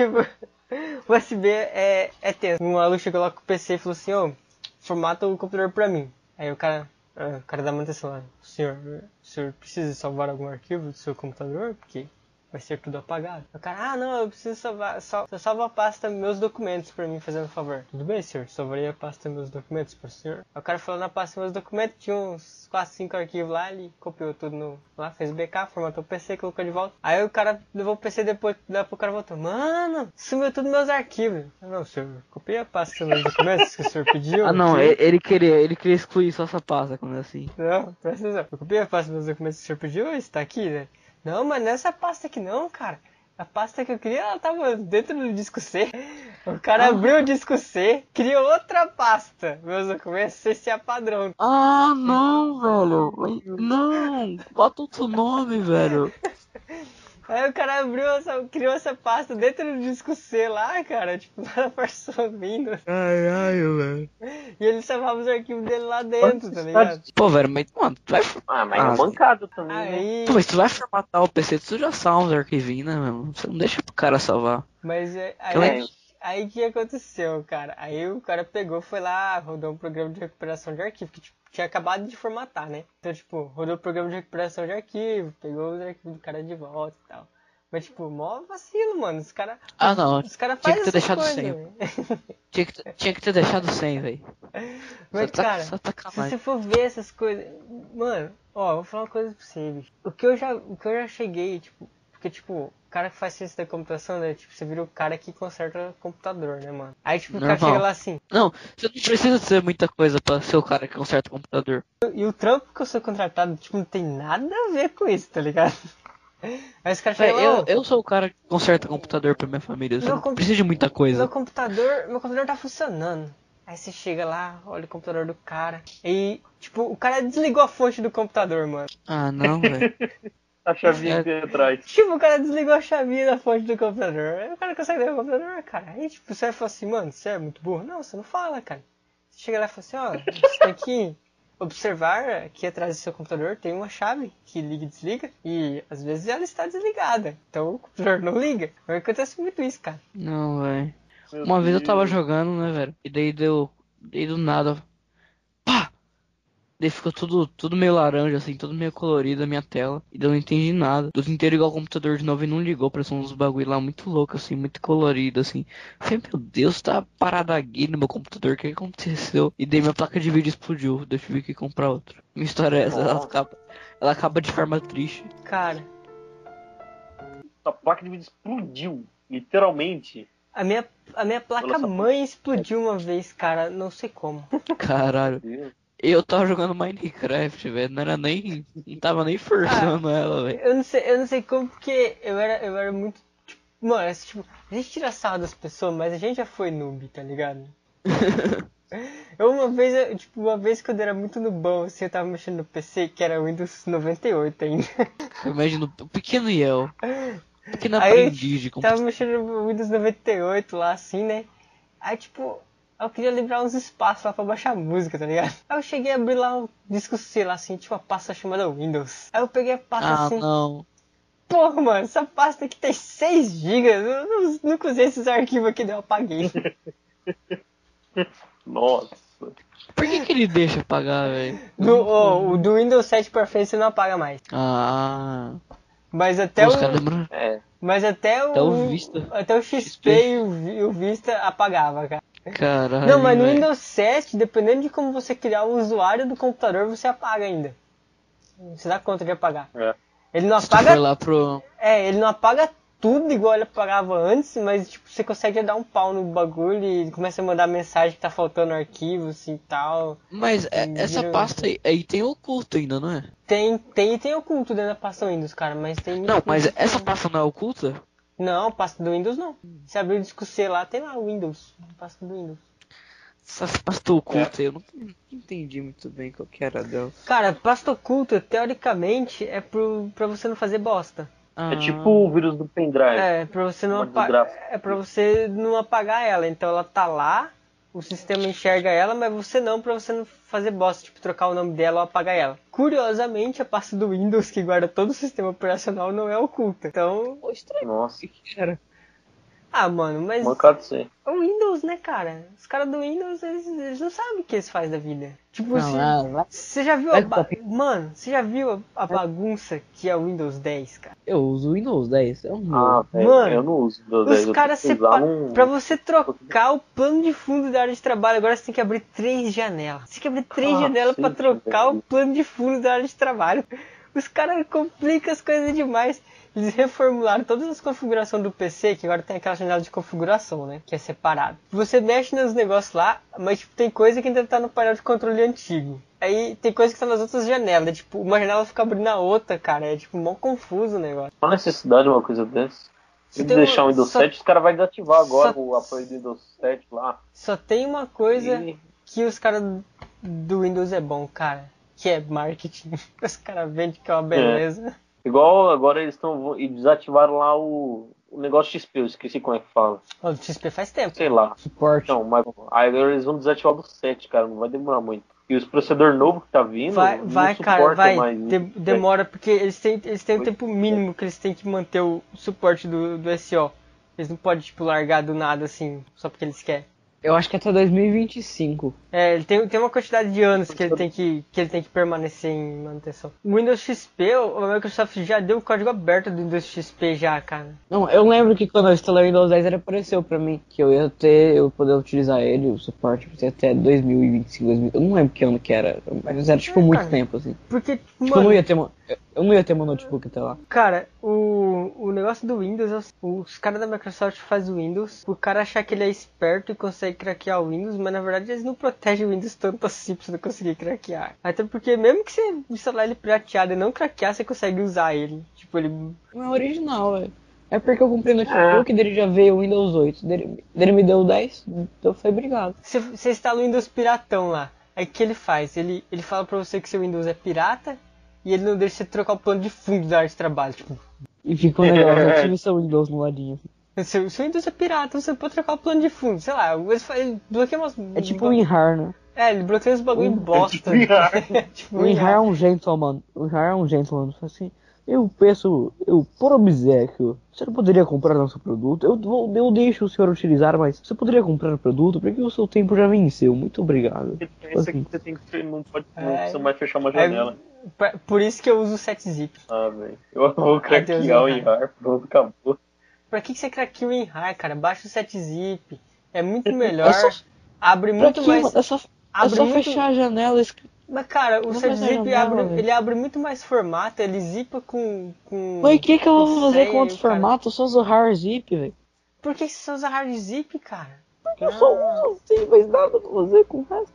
Speaker 3: tipo, USB é, é tenso. Um aluno chegou lá com o PC e falou assim, ô, formata o computador pra mim. Aí o cara. ah, O cara da manutenção lá, senhor, o senhor precisa salvar algum arquivo do seu computador? Porque vai ser tudo apagado. O cara, ah não, eu preciso salvar, só, só salva a pasta meus documentos pra mim, fazendo um favor. Tudo bem, senhor, salvarei a pasta meus documentos pro senhor. Aí o cara falou na pasta meus documentos, tinha uns 4, 5 arquivos lá, ele copiou tudo no, lá, fez backup, formatou o PC, colocou de volta. Aí o cara levou o PC depois, daí o cara voltou, mano, sumiu tudo meus arquivos. Eu, não, senhor, copiei a pasta meus documentos que o senhor pediu.
Speaker 1: Ah, não,
Speaker 3: aqui."
Speaker 1: ele, ele queria, ele queria excluir só essa pasta quando é assim.
Speaker 3: Não, presta atenção. Eu copiei a pasta dos documentos que o senhor pediu, está aqui, né? Não, mas não é essa pasta aqui não, cara. A pasta que eu queria, ela tava dentro do disco C. O cara abriu o disco C, criou outra pasta. Meus documentos CCA padrão.
Speaker 1: Ah, não, velho. Não, bota outro nome, velho.
Speaker 3: Aí o cara abriu essa, criou essa pasta dentro do disco C lá, cara, tipo, nada passou vindo.
Speaker 1: Caralho, velho.
Speaker 3: E ele salvava os arquivos dele lá dentro, tá ligado?
Speaker 1: Pô, velho, mas, mano, tu vai,
Speaker 2: Ah, mas
Speaker 1: Ah, é.
Speaker 2: é bancado também, né?
Speaker 3: Aí,
Speaker 1: pô, mas tu vai formatar o PC, tu já salva os arquivinhos, né, mano? Você não deixa pro cara salvar.
Speaker 3: mas é- aí,
Speaker 2: É.
Speaker 3: aí, que aconteceu, cara? Aí o cara pegou, foi lá, rodou um programa de recuperação de arquivo, que tipo, tinha acabado de formatar, né? Então, tipo, rodou o programa de recuperação de arquivo, pegou os arquivos do cara de volta e tal. Mas, tipo, mó vacilo, mano. Os caras
Speaker 1: Ah, não.
Speaker 3: os cara
Speaker 1: Tinha
Speaker 3: fazem
Speaker 1: que ter
Speaker 3: essa
Speaker 1: deixado
Speaker 3: coisa,
Speaker 1: sem.
Speaker 3: velho.
Speaker 1: Tinha que, tinha que ter deixado sem, velho.
Speaker 3: Mas,
Speaker 1: Só tá-
Speaker 3: cara,
Speaker 1: só
Speaker 3: se
Speaker 1: sacanagem.
Speaker 3: você for ver essas coisas. Mano, ó, vou falar uma coisa pra você, bicho. O que eu já, o que eu já cheguei, tipo. Porque, tipo, o cara que faz ciência da computação, né? Tipo, você vira o cara que conserta computador, né, mano? Aí, tipo, o cara
Speaker 1: Normal.
Speaker 3: chega lá assim.
Speaker 1: Não, você não precisa ser muita coisa pra ser o cara que conserta o computador.
Speaker 3: E o trampo que eu sou contratado, tipo, não tem nada a ver com isso, tá ligado? Aí os caras
Speaker 1: Véi,
Speaker 3: chegam
Speaker 1: eu,
Speaker 3: lá.
Speaker 1: eu sou o cara que conserta computador pra minha família. Você
Speaker 3: Meu
Speaker 1: não
Speaker 3: com-
Speaker 1: precisa de muita
Speaker 3: Meu
Speaker 1: coisa.
Speaker 3: computador, meu computador tá funcionando. Aí você chega lá, olha o computador do cara. E, tipo, o cara desligou a fonte do computor, mano.
Speaker 1: Ah, não, velho.
Speaker 2: A chavinha
Speaker 1: É.
Speaker 2: que tem atrás.
Speaker 3: Tipo, o cara desligou a chavinha da fonte do computador. Aí o cara consegue ligar o computador, cara. Aí, tipo, você fala assim, mano, você é muito burro? Não, você não fala, cara. Você chega lá e fala assim, ó, você tem que observar que atrás do seu computador tem uma chave que liga e desliga. E, às vezes, ela está desligada. Então, o computador não liga. Mas acontece muito isso, cara.
Speaker 1: Não, velho.
Speaker 2: Meu
Speaker 1: Uma vez eu tava
Speaker 2: Deus.
Speaker 1: jogando, né, velho? E daí deu. Daí do nada. Pá! Daí ficou tudo, tudo meio laranja, assim, tudo meio colorido a minha tela. E daí eu não entendi nada. Do inteiro igual o computador de novo e não ligou. Parecia uns bagulho lá muito louco, assim, muito colorido, assim. Eu Falei, meu Deus, tá parada aqui no meu computador, o que aconteceu? E daí minha placa de vídeo explodiu. Daí eu tive que comprar outra. Minha história é essa, ela
Speaker 2: Nossa.
Speaker 1: acaba, ela acaba de forma triste.
Speaker 3: Cara,
Speaker 2: A placa de vídeo explodiu, literalmente.
Speaker 3: a minha, a minha placa-mãe explodiu uma vez, cara. Não sei como.
Speaker 1: Caralho.
Speaker 2: Meu Deus.
Speaker 1: Eu tava jogando Minecraft, velho. Não era nem. Não tava nem forçando ela, velho.
Speaker 3: Eu não sei, eu não sei como, porque eu era, eu era muito. Tipo, mano, esse tipo, a gente tira sarro das pessoas, mas a gente já foi noob, tá ligado? eu uma vez, eu- tipo, uma vez quando eu era muito nubão, assim, eu tava mexendo no PC, que era Windows 98 ainda.
Speaker 1: Eu imagino o pequeno Yel. Pequeno
Speaker 3: Aí, tá
Speaker 1: aprendiz de
Speaker 3: tava
Speaker 1: computador.
Speaker 3: mexendo no Windows 98 lá, assim, né? Aí, tipo, eu queria livrar uns espaços lá pra baixar música, tá ligado? Aí eu cheguei a abrir lá um disco C lá, assim, tinha uma pasta chamada Windows. Aí eu peguei a pasta
Speaker 1: Ah,
Speaker 3: assim.
Speaker 1: não.
Speaker 3: Porra, mano, essa pasta aqui tem 6 GB. Eu não, nunca usei esses arquivos aqui, não. Eu apaguei.
Speaker 2: Nossa.
Speaker 1: Por que, que ele deixa pagar, velho?
Speaker 3: Do, ô, o do Windows 7 pra frente você não apaga mais.
Speaker 1: Ah.
Speaker 3: Mas até
Speaker 1: Até os
Speaker 3: o.
Speaker 1: caras lembram.
Speaker 2: É.
Speaker 3: Mas até o.
Speaker 1: Até o Vista.
Speaker 3: Até o XP,
Speaker 1: XP.
Speaker 3: E, o, Vi- o Vista apagava, cara.
Speaker 1: Caralho.
Speaker 3: não, mas no
Speaker 1: velho.
Speaker 3: Windows 7, dependendo de como você criar o usuário do computador, você apaga ainda. Você dá conta de apagar.
Speaker 2: é.
Speaker 3: Ele não
Speaker 1: Se tu for
Speaker 3: apaga.
Speaker 1: lá pro.
Speaker 3: É, ele não apaga tudo igual ele apagava antes, mas tipo, você consegue dar um pau no bagulho e começa a mandar mensagem que tá faltando arquivo, assim e tal.
Speaker 1: Mas é-
Speaker 3: Sim,
Speaker 1: essa
Speaker 3: vira-
Speaker 1: pasta aí, aí tem oculto ainda, não é?
Speaker 3: Tem, tem, tem oculto dentro da pasta Windows, cara, mas tem.
Speaker 1: Não, mas essa pasta não é oculta?
Speaker 3: Não, pasta do Windows não. Se abrir o disco C lá, tem lá o Windows. Pasta do Windows.
Speaker 1: Essa pasta oculta aí, eu não não entendi muito bem qual que era dela.
Speaker 3: Cara, pasta oculta, teoricamente, é pro, pra você não fazer bosta.
Speaker 1: Ah,
Speaker 2: É tipo o vírus do pendrive.
Speaker 3: É, pra você não
Speaker 2: Uma
Speaker 3: apagar.
Speaker 2: desgraça.
Speaker 3: É pra você não apagar ela. Então ela tá lá, o sistema enxerga ela, mas você não, pra você não fazer bosta, tipo, trocar o nome dela ou apagar ela. Curiosamente, a pasta do Windows que guarda todo o sistema operacional não é oculta. Então.
Speaker 1: Pô, estranho.
Speaker 2: Nossa,
Speaker 1: O que era?
Speaker 3: Ah, mano, mas.
Speaker 2: mancado isso aí.
Speaker 3: É o Windows, né, cara? Os caras do Windows, eles, eles não sabem o que eles fazem da vida. Tipo,
Speaker 1: Não,
Speaker 3: você,
Speaker 1: ah, vai-
Speaker 3: você já viu a
Speaker 1: vai
Speaker 3: ba- Mano, você já viu a, a bagunça que é o Windows 10, cara?
Speaker 1: Eu uso o Windows 10. É um
Speaker 2: Ah, velho,
Speaker 3: Mano,
Speaker 2: eu não uso. meu Deus, eu
Speaker 3: Os
Speaker 2: tenho
Speaker 3: caras
Speaker 2: que usar
Speaker 3: separam.
Speaker 2: um-
Speaker 3: Pra você trocar o plano de fundo da área de trabalho, agora você tem que abrir três janelas. Você tem que abrir três
Speaker 2: Ah,
Speaker 3: janelas
Speaker 2: sim,
Speaker 3: pra trocar
Speaker 2: sim.
Speaker 3: o plano de fundo da área de trabalho. Os caras complicam as coisas demais. Eles reformularam todas as configurações do PC, que agora tem aquela janela de configuração, né? Que é separado. Você mexe nos negócios lá, mas tipo, tem coisa que ainda tá no painel de controle antigo. Aí tem coisa que tá nas outras janelas. Tipo, uma janela fica abrindo a outra, cara. É tipo mó confuso o negócio.
Speaker 2: Qual a necessidade de uma coisa dessa? Se
Speaker 3: tem
Speaker 2: deixar
Speaker 3: um-
Speaker 2: o Windows
Speaker 3: só-
Speaker 2: 7, os caras vão desativar agora
Speaker 3: só-
Speaker 2: o apoio do Windows 7 lá.
Speaker 3: Só tem uma coisa
Speaker 2: E-
Speaker 3: que os caras do Windows é bom, cara. Que é marketing. Os caras vendem que é uma beleza.
Speaker 2: Igual agora eles estão e desativaram lá o, o negócio XP, eu esqueci como é que fala.
Speaker 3: Ó, O XP faz tempo.
Speaker 2: Sei lá.
Speaker 1: Suporte.
Speaker 2: Então, mas aí agora eles vão desativar o do 7, cara, não vai demorar muito. E os processador novo que tá vindo,
Speaker 3: Vai,
Speaker 2: não
Speaker 3: vai,
Speaker 2: suporta
Speaker 3: cara, vai.
Speaker 2: mais. né?
Speaker 3: De- demora, porque eles têm, eles têm um
Speaker 2: Pois
Speaker 3: tempo mínimo que eles têm que manter o suporte do, do SO. Eles não podem, tipo, largar do nada assim, só porque eles querem.
Speaker 1: Eu acho que é até 2025.
Speaker 3: É, ele tem, tem uma quantidade de anos que ele tem que, que ele tem que permanecer em manutenção. O Windows XP, o o Microsoft já deu o código aberto do Windows XP já, cara.
Speaker 1: Não, eu lembro que quando eu instalei o Windows 10 ele apareceu pra mim que eu ia ter, eu poder utilizar ele, o suporte pra ter até 2025, 2000, eu não lembro que ano que era, mas era tipo
Speaker 3: É,
Speaker 1: muito
Speaker 3: cara.
Speaker 1: tempo assim.
Speaker 3: Porque,
Speaker 1: Tipo, eu não
Speaker 3: mano,
Speaker 1: ia ter uma, eu não ia ter meu notebook até lá.
Speaker 3: cara, o, o negócio do Windows, é o se- os caras da Microsoft fazem o Windows, o cara achar que ele é esperto e consegue craquear o Windows, mas na verdade eles não protegem o Windows tanto assim pra você não conseguir craquear. Até porque mesmo que você instalar ele pirateado e não craquear, você consegue usar ele. Tipo, ele
Speaker 1: Não é original, é. É porque eu comprei o notebook dele já veio o Windows 8, dele, dele me deu o 10, então foi obrigado.
Speaker 3: Você, você instala o Windows piratão lá. Aí o que ele faz? Ele, ele fala pra você que seu Windows é pirata e ele não deixa você trocar o plano de fundo da área de trabalho. Tipo,
Speaker 1: E ficou um negócio, eu tive seu Windows no ladinho.
Speaker 3: seu, seu Windows é pirata, você não pode trocar o plano de fundo. Sei lá, ele, fa- ele bloqueia umas.
Speaker 1: É tipo o WinRAR, né?
Speaker 3: É, ele bloqueia uns bagulho bosta.
Speaker 2: WinRAR.
Speaker 3: tipo,
Speaker 1: O WinRAR é
Speaker 3: WinRAR.
Speaker 1: um gentleman, o WinRAR é um gentleman, Fala assim, eu peço, eu, por obsequio, você não poderia comprar nosso produto? Eu, vou- eu deixo o senhor utilizar, mas você poderia comprar o produto porque o seu tempo já venceu, muito obrigado.
Speaker 2: Você pensa que você Tipo, tem que fe- não pode não
Speaker 3: É.
Speaker 2: precisa mais fechar uma
Speaker 3: É.
Speaker 2: janela.
Speaker 1: um
Speaker 3: Pra- Por isso que eu uso o 7-zip.
Speaker 2: Ah, velho. Eu vou craquear o
Speaker 3: Deus, né?
Speaker 2: IR, pronto, acabou.
Speaker 3: Pra que, que você craqueia o WinRAR, cara? Baixa o 7-zip. É muito melhor. Abre
Speaker 1: Pra
Speaker 3: muito
Speaker 1: que,
Speaker 3: mais.
Speaker 1: mano? É só, é
Speaker 3: abre
Speaker 1: só
Speaker 3: muito-
Speaker 1: fechar a janela e escrever.
Speaker 3: Mas, cara, o
Speaker 1: Não
Speaker 3: Sub
Speaker 1: vai dar
Speaker 3: Zip
Speaker 1: jornal,
Speaker 3: abre,
Speaker 1: velho.
Speaker 3: ele abre muito mais formato, ele zipa com. com
Speaker 1: Mas o que, que eu vou fazer
Speaker 3: sei,
Speaker 1: com outro
Speaker 3: um cara.
Speaker 1: formato? Eu só uso hard zip, velho.
Speaker 3: Por que você usa hard zip, cara?
Speaker 1: Eu só uso sim, mas nada pra fazer com o resto.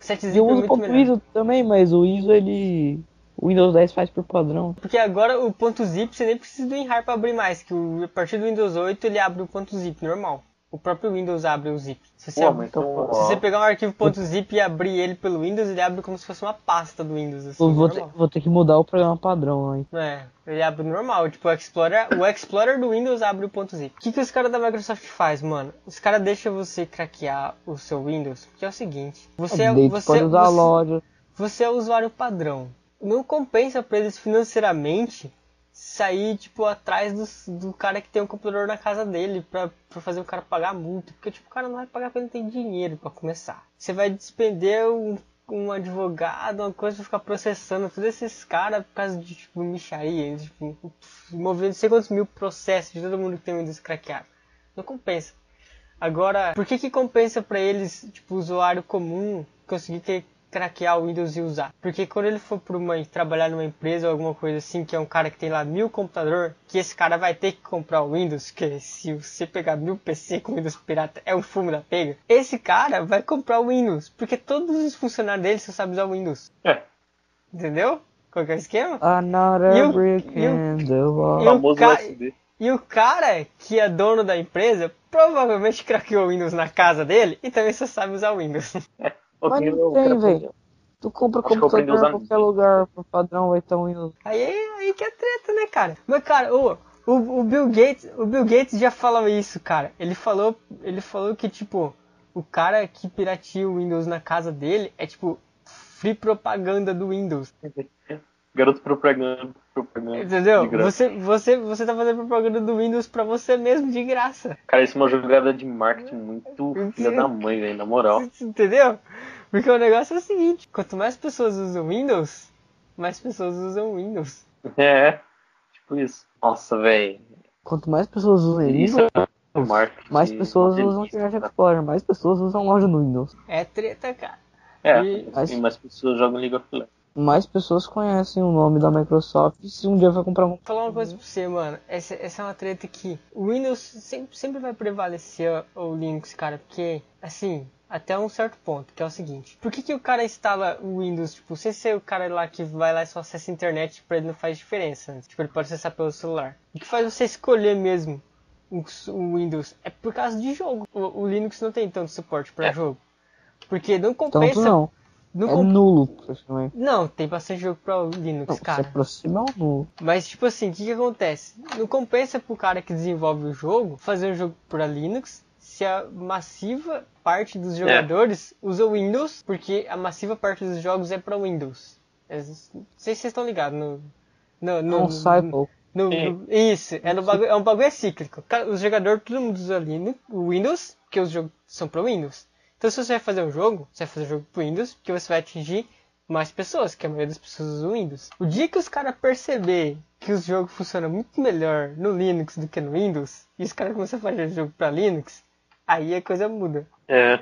Speaker 3: O 7 zip
Speaker 1: E eu
Speaker 3: é
Speaker 1: uso
Speaker 3: muito
Speaker 1: ponto
Speaker 3: melhor.
Speaker 1: ISO também, mas o ISO ele. O Windows 10 faz por padrão.
Speaker 3: Porque agora o ponto zip você nem precisa do WinRAR pra abrir mais, que o- a partir do Windows 8 ele abre o ponto zip normal. O próprio Windows abre o zip. Se você,
Speaker 2: Pô,
Speaker 3: ab-
Speaker 2: mas então,
Speaker 1: Então,
Speaker 2: ó,
Speaker 3: é se você pegar um arquivo ponto zip e abrir ele pelo Windows, ele abre como se fosse uma pasta do Windows, assim,
Speaker 1: Eu vou, ter,
Speaker 3: normal.
Speaker 1: vou ter que mudar o programa padrão, hein?
Speaker 3: É, ele abre normal, tipo o Explorer, o Explorer do Windows abre o ponto zip. O que, que os caras da Microsoft faz, mano? Os caras deixam você craquear o seu Windows, porque é o seguinte, você é,
Speaker 1: Daí tu
Speaker 3: você,
Speaker 1: pode usar a
Speaker 3: você-
Speaker 1: loja.
Speaker 3: você é usuário padrão. Não compensa pra eles financeiramente sair, tipo, atrás dos- do, cara que tem um computador na casa dele pra, pra fazer o cara pagar multa. Porque, tipo, o cara não vai pagar porque ele não tem dinheiro pra começar. Você vai despender um, um advogado, uma coisa pra ficar processando todos esses caras por causa de, tipo, micharia. Tipo, movendo não sei quantos mil processos de todo mundo que tem um Windows craqueado. Não compensa. Agora, por que que compensa pra eles, tipo, usuário comum, conseguir ter- craquear o Windows e usar? Porque quando ele for pra uma, trabalhar numa empresa ou alguma coisa assim, que é um cara que tem lá mil computador, que esse cara vai ter que comprar o Windows, que se você pegar mil PC com Windows pirata é um fumo da pega, esse cara vai comprar o Windows, porque todos os funcionários dele só sabem usar o Windows.
Speaker 2: É.
Speaker 3: Entendeu? Qual que é o esquema?
Speaker 1: Another
Speaker 3: E o-
Speaker 1: brick
Speaker 3: e o-
Speaker 1: in the wall.
Speaker 3: e o
Speaker 2: famoso
Speaker 3: ca-
Speaker 2: USB.
Speaker 3: E o cara que é dono da empresa provavelmente craqueou o Windows na casa dele e também só sabe usar o Windows.
Speaker 1: Mas não tem, velho. Tu compra
Speaker 2: Acho que eu
Speaker 1: computador
Speaker 2: aprendi a usar
Speaker 1: em qualquer lugar, pro padrão vai ter um Windows.
Speaker 3: Aí, aí que é treta, né, cara? Mas, cara, o, o, o Bill Gates, o Bill Gates já falou isso, cara. Ele falou, ele falou que, tipo, o cara que piratia o Windows na casa dele é, tipo, free propaganda do Windows.
Speaker 2: Garoto propaganda. propaganda de
Speaker 3: Entendeu?
Speaker 2: graça.
Speaker 3: Você, você, você tá fazendo propaganda do Windows pra você mesmo, de graça.
Speaker 2: Cara, isso é uma jogada de marketing muito filha da mãe, velho, na moral.
Speaker 3: Você Entendeu? Porque o negócio é o seguinte: quanto mais pessoas usam Windows, mais pessoas usam Windows.
Speaker 2: É, tipo isso. Nossa, velho.
Speaker 1: Quanto mais pessoas usam
Speaker 2: Isso
Speaker 1: Windows,
Speaker 2: é marketing.
Speaker 1: mais pessoas
Speaker 2: delícia,
Speaker 1: usam Internet
Speaker 2: cara.
Speaker 1: Explorer, mais pessoas usam loja no Windows.
Speaker 3: É treta, cara.
Speaker 2: É,
Speaker 3: E-
Speaker 2: assim, mais pessoas jogam League of Legends.
Speaker 1: Mais pessoas conhecem o nome da Microsoft se um dia vai comprar um.
Speaker 3: Vou falar uma coisa pra você, mano. Essa, essa é uma treta que o Windows sempre, sempre vai prevalecer o o Linux, cara. Porque, assim, até um certo ponto, que é o seguinte. Por que, que o cara instala o Windows? Tipo, sem ser o cara lá que vai lá e só né? acessa a internet, pra ele não faz diferença. Tipo, ele pode acessar pelo celular. O que faz você escolher mesmo o, o Windows. É por causa de jogo. O, o Linux não tem tanto suporte pra
Speaker 2: É.
Speaker 3: jogo. Porque não compensa.
Speaker 1: Tanto não.
Speaker 3: não
Speaker 1: é
Speaker 3: com-
Speaker 1: nulo, praticamente.
Speaker 3: não, tem bastante jogo pra Linux,
Speaker 1: Não,
Speaker 3: cara.
Speaker 1: se aproxima é um nulo.
Speaker 3: Mas, tipo assim, o que, que acontece? Não compensa pro cara que desenvolve o jogo fazer um jogo pra Linux se a massiva parte dos jogadores usa Windows, porque a massiva parte dos jogos é pra Windows. É, Não sei se vocês estão ligados no. No,
Speaker 1: É
Speaker 3: no,
Speaker 1: um cycle.
Speaker 3: no-
Speaker 2: Sim.
Speaker 3: no- isso, é, no bagulho, é um bagulho é cíclico. Cara, Os jogadores, todo mundo usa Linux, o Windows, porque os jogos são pra Windows. Então, se você vai fazer um jogo, você vai fazer um jogo pro Windows, porque você vai atingir mais pessoas, que a maioria das pessoas usa o Windows. O dia que os caras perceber que os jogos funcionam muito melhor no Linux do que no Windows, e os caras começam a fazer jogo pra Linux, aí a coisa muda.
Speaker 2: É.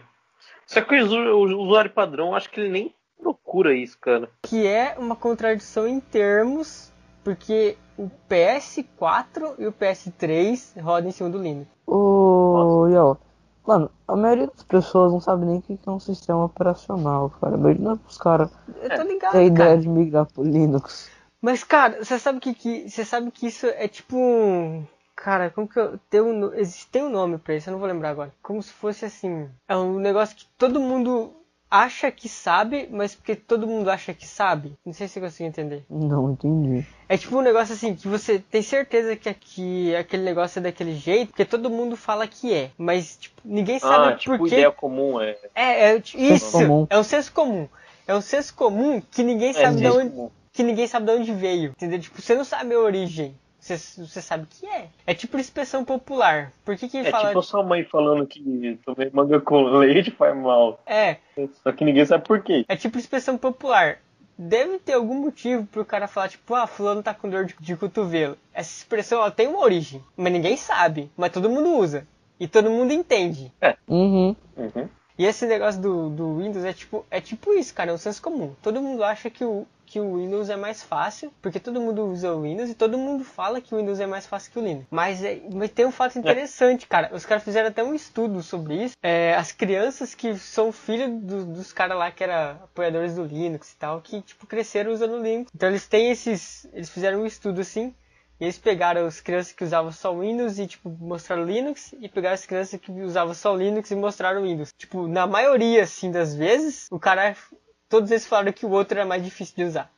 Speaker 2: Só que o usu- o usuário padrão, acho que ele nem procura isso, cara.
Speaker 3: Que é uma contradição em termos, porque o PS4 e o PS3 rodam em cima do Linux.
Speaker 1: Ô, Yo. Mano, a maioria das pessoas não sabe nem o que que é um sistema operacional, cara. Imagina pros caras
Speaker 3: Eu tô ligado,
Speaker 1: terem
Speaker 3: cara.
Speaker 1: ideia de migrar pro Linux.
Speaker 3: Mas, cara, você sabe que, que você sabe que isso é tipo um. Cara, como que eu. Tem um, no- existe tem um nome pra isso, eu não vou lembrar agora. Como se fosse assim. É um negócio que todo mundo acha que sabe, mas porque todo mundo acha que sabe. Não sei se você conseguiu entender.
Speaker 1: Não entendi.
Speaker 3: É tipo um negócio assim, que você tem certeza que, que aquele negócio é daquele jeito, porque todo mundo fala que é. Mas, tipo, ninguém sabe
Speaker 2: ah, tipo,
Speaker 3: por quê.
Speaker 2: ideia comum é.
Speaker 3: É, é, tipo,
Speaker 1: Senso
Speaker 3: isso.
Speaker 1: comum.
Speaker 3: É um senso comum. É um senso comum que ninguém
Speaker 2: É,
Speaker 3: sabe de
Speaker 2: senso
Speaker 3: onde
Speaker 2: comum.
Speaker 3: que ninguém sabe de onde veio. Entendeu? Tipo, você não sabe a origem. Você, você sabe o que é. É tipo expressão popular. Por que que
Speaker 2: É
Speaker 3: fala...
Speaker 2: tipo a sua mãe falando que tomei manga com leite faz mal.
Speaker 3: É,
Speaker 2: Só que ninguém sabe por quê.
Speaker 3: é tipo expressão popular. Deve ter algum motivo pro cara falar, tipo, ah, fulano tá com dor de, de cotovelo. Essa expressão, ela tem uma origem. Mas ninguém sabe. Mas todo mundo usa. E todo mundo entende.
Speaker 1: Uhum.
Speaker 2: Uhum.
Speaker 3: E esse negócio do, do Windows é tipo, é tipo isso, cara, é um senso comum. Todo mundo acha que o, que o Windows é mais fácil, porque todo mundo usa o Windows e todo mundo fala que o Windows é mais fácil que o Linux. Mas, é- mas tem um fato interessante, cara. Os caras fizeram até um estudo sobre isso. É, as crianças que são filhas do- dos caras lá que eram apoiadores do Linux e tal, que tipo, cresceram usando o Linux. Então eles têm esses. Eles fizeram um estudo assim. E eles pegaram as crianças que usavam só Windows e, tipo, mostraram Linux, e pegaram as crianças que usavam só Linux e mostraram Windows. Tipo, na maioria, assim, das vezes, o cara. Todos eles falaram que o outro era mais difícil de usar.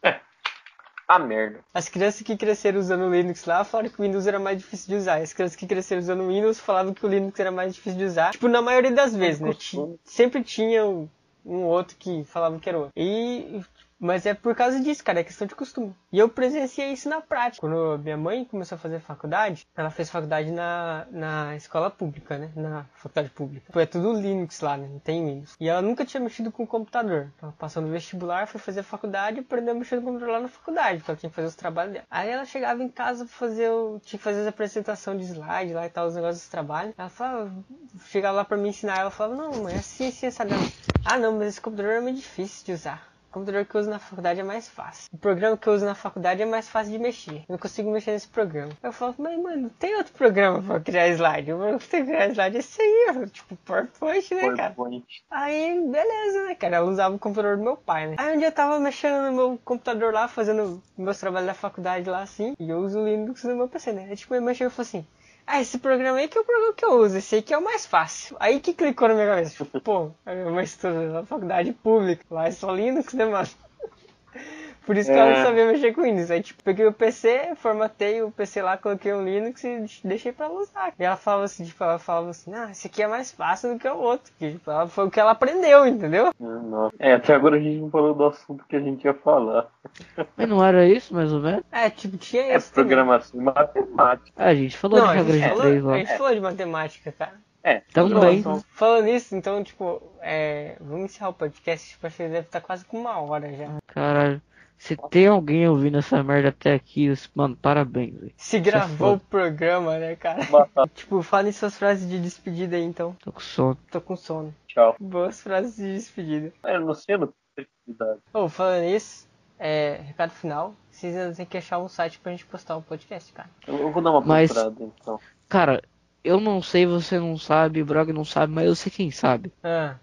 Speaker 2: Ah, merda.
Speaker 3: As crianças que cresceram usando Linux lá falaram que o Windows era mais difícil de usar. E as crianças que cresceram usando Windows falavam que o Linux era mais difícil de usar. Tipo, na maioria das vezes, né? Ti- Sempre tinha um, um outro que falava que era outro. E. Mas é por causa disso, cara, é questão de costume. E eu presenciei isso na prática. Quando minha mãe começou a fazer faculdade, ela fez faculdade na, na escola pública, né? Na faculdade pública. Tipo, É tudo Linux lá, né? Não tem Windows. E ela nunca tinha mexido com computador. Ela passou no vestibular, foi fazer faculdade e aprendeu a mexer no computador lá na faculdade, porque ela tinha que fazer os trabalhos dela. Aí ela chegava em casa pra fazer o. tinha que fazer as apresentações de slide lá e tal, os negócios dos trabalhos. Ela falava, chegava lá pra me ensinar, ela falava, não, mãe, assim, assim, essa não. Ah não, mas esse computador é meio difícil de usar. O computador que eu uso na faculdade é mais fácil. O programa que eu uso na faculdade é mais fácil de mexer. Eu não consigo mexer nesse programa. Eu falo, mas mano, tem outro programa pra criar slide. O programa que tem que criar slide é esse aí, ó, tipo PowerPoint, né, cara?
Speaker 2: PowerPoint.
Speaker 3: Aí, beleza, né, cara? Eu usava o computador do meu pai, né? Aí um dia eu tava mexendo no meu computador lá, fazendo meus trabalhos da faculdade lá, assim, e eu uso o Linux no meu PC, né? Aí, tipo, minha mãe chegou e falou assim, ah, esse programa aí que é o programa que eu uso, esse aí que é o mais fácil. Aí que clicou na minha cabeça, tipo, pô, a minha mãe estuda na faculdade pública, lá é só Linux, né, mano? Por isso que ela não
Speaker 2: É.
Speaker 3: sabia mexer com Windows. Aí, tipo, peguei o PC, formatei o PC lá, coloquei um Linux e deix- deixei pra ela usar. E ela falava assim, tipo, ela falava assim, ah, esse aqui é mais fácil do que o outro. Que, tipo, ela, foi o que ela aprendeu, entendeu?
Speaker 2: Ah, nossa. É, até agora a gente não falou do assunto que a gente ia falar.
Speaker 1: Mas não era isso, mais ou menos?
Speaker 3: É, tipo, tinha
Speaker 2: É
Speaker 3: esse também.
Speaker 2: programação e matemática.
Speaker 1: Ah, a gente falou
Speaker 3: Não,
Speaker 1: de
Speaker 3: a
Speaker 1: regra
Speaker 3: gente,
Speaker 1: de
Speaker 3: falou,
Speaker 1: três lá.
Speaker 3: a gente falou de matemática, cara.
Speaker 2: É,
Speaker 1: Também.
Speaker 2: programação.
Speaker 3: Falando nisso, então, tipo, é, vamos encerrar o podcast. Tipo, acho que deve estar quase com uma hora já.
Speaker 1: Caralho. Se tem alguém ouvindo essa merda até aqui, mano, parabéns, velho.
Speaker 3: Se gravou
Speaker 1: foda.
Speaker 3: o programa, né, cara?
Speaker 2: Batata,
Speaker 3: tipo, falem suas frases de despedida aí, então.
Speaker 1: Tô com sono.
Speaker 3: Tô com sono.
Speaker 2: tchau.
Speaker 3: Boas frases de despedida.
Speaker 2: É, eu não sei, eu não tenho atividade.
Speaker 3: Ô, falando nisso, é, recado final, vocês ainda tem que achar um site pra gente postar o podcast, cara.
Speaker 2: Eu eu vou dar uma
Speaker 1: Mas-
Speaker 2: procurada, então.
Speaker 1: Cara, eu não sei, você não sabe, o Brog não sabe, mas eu sei quem sabe.
Speaker 3: Ah,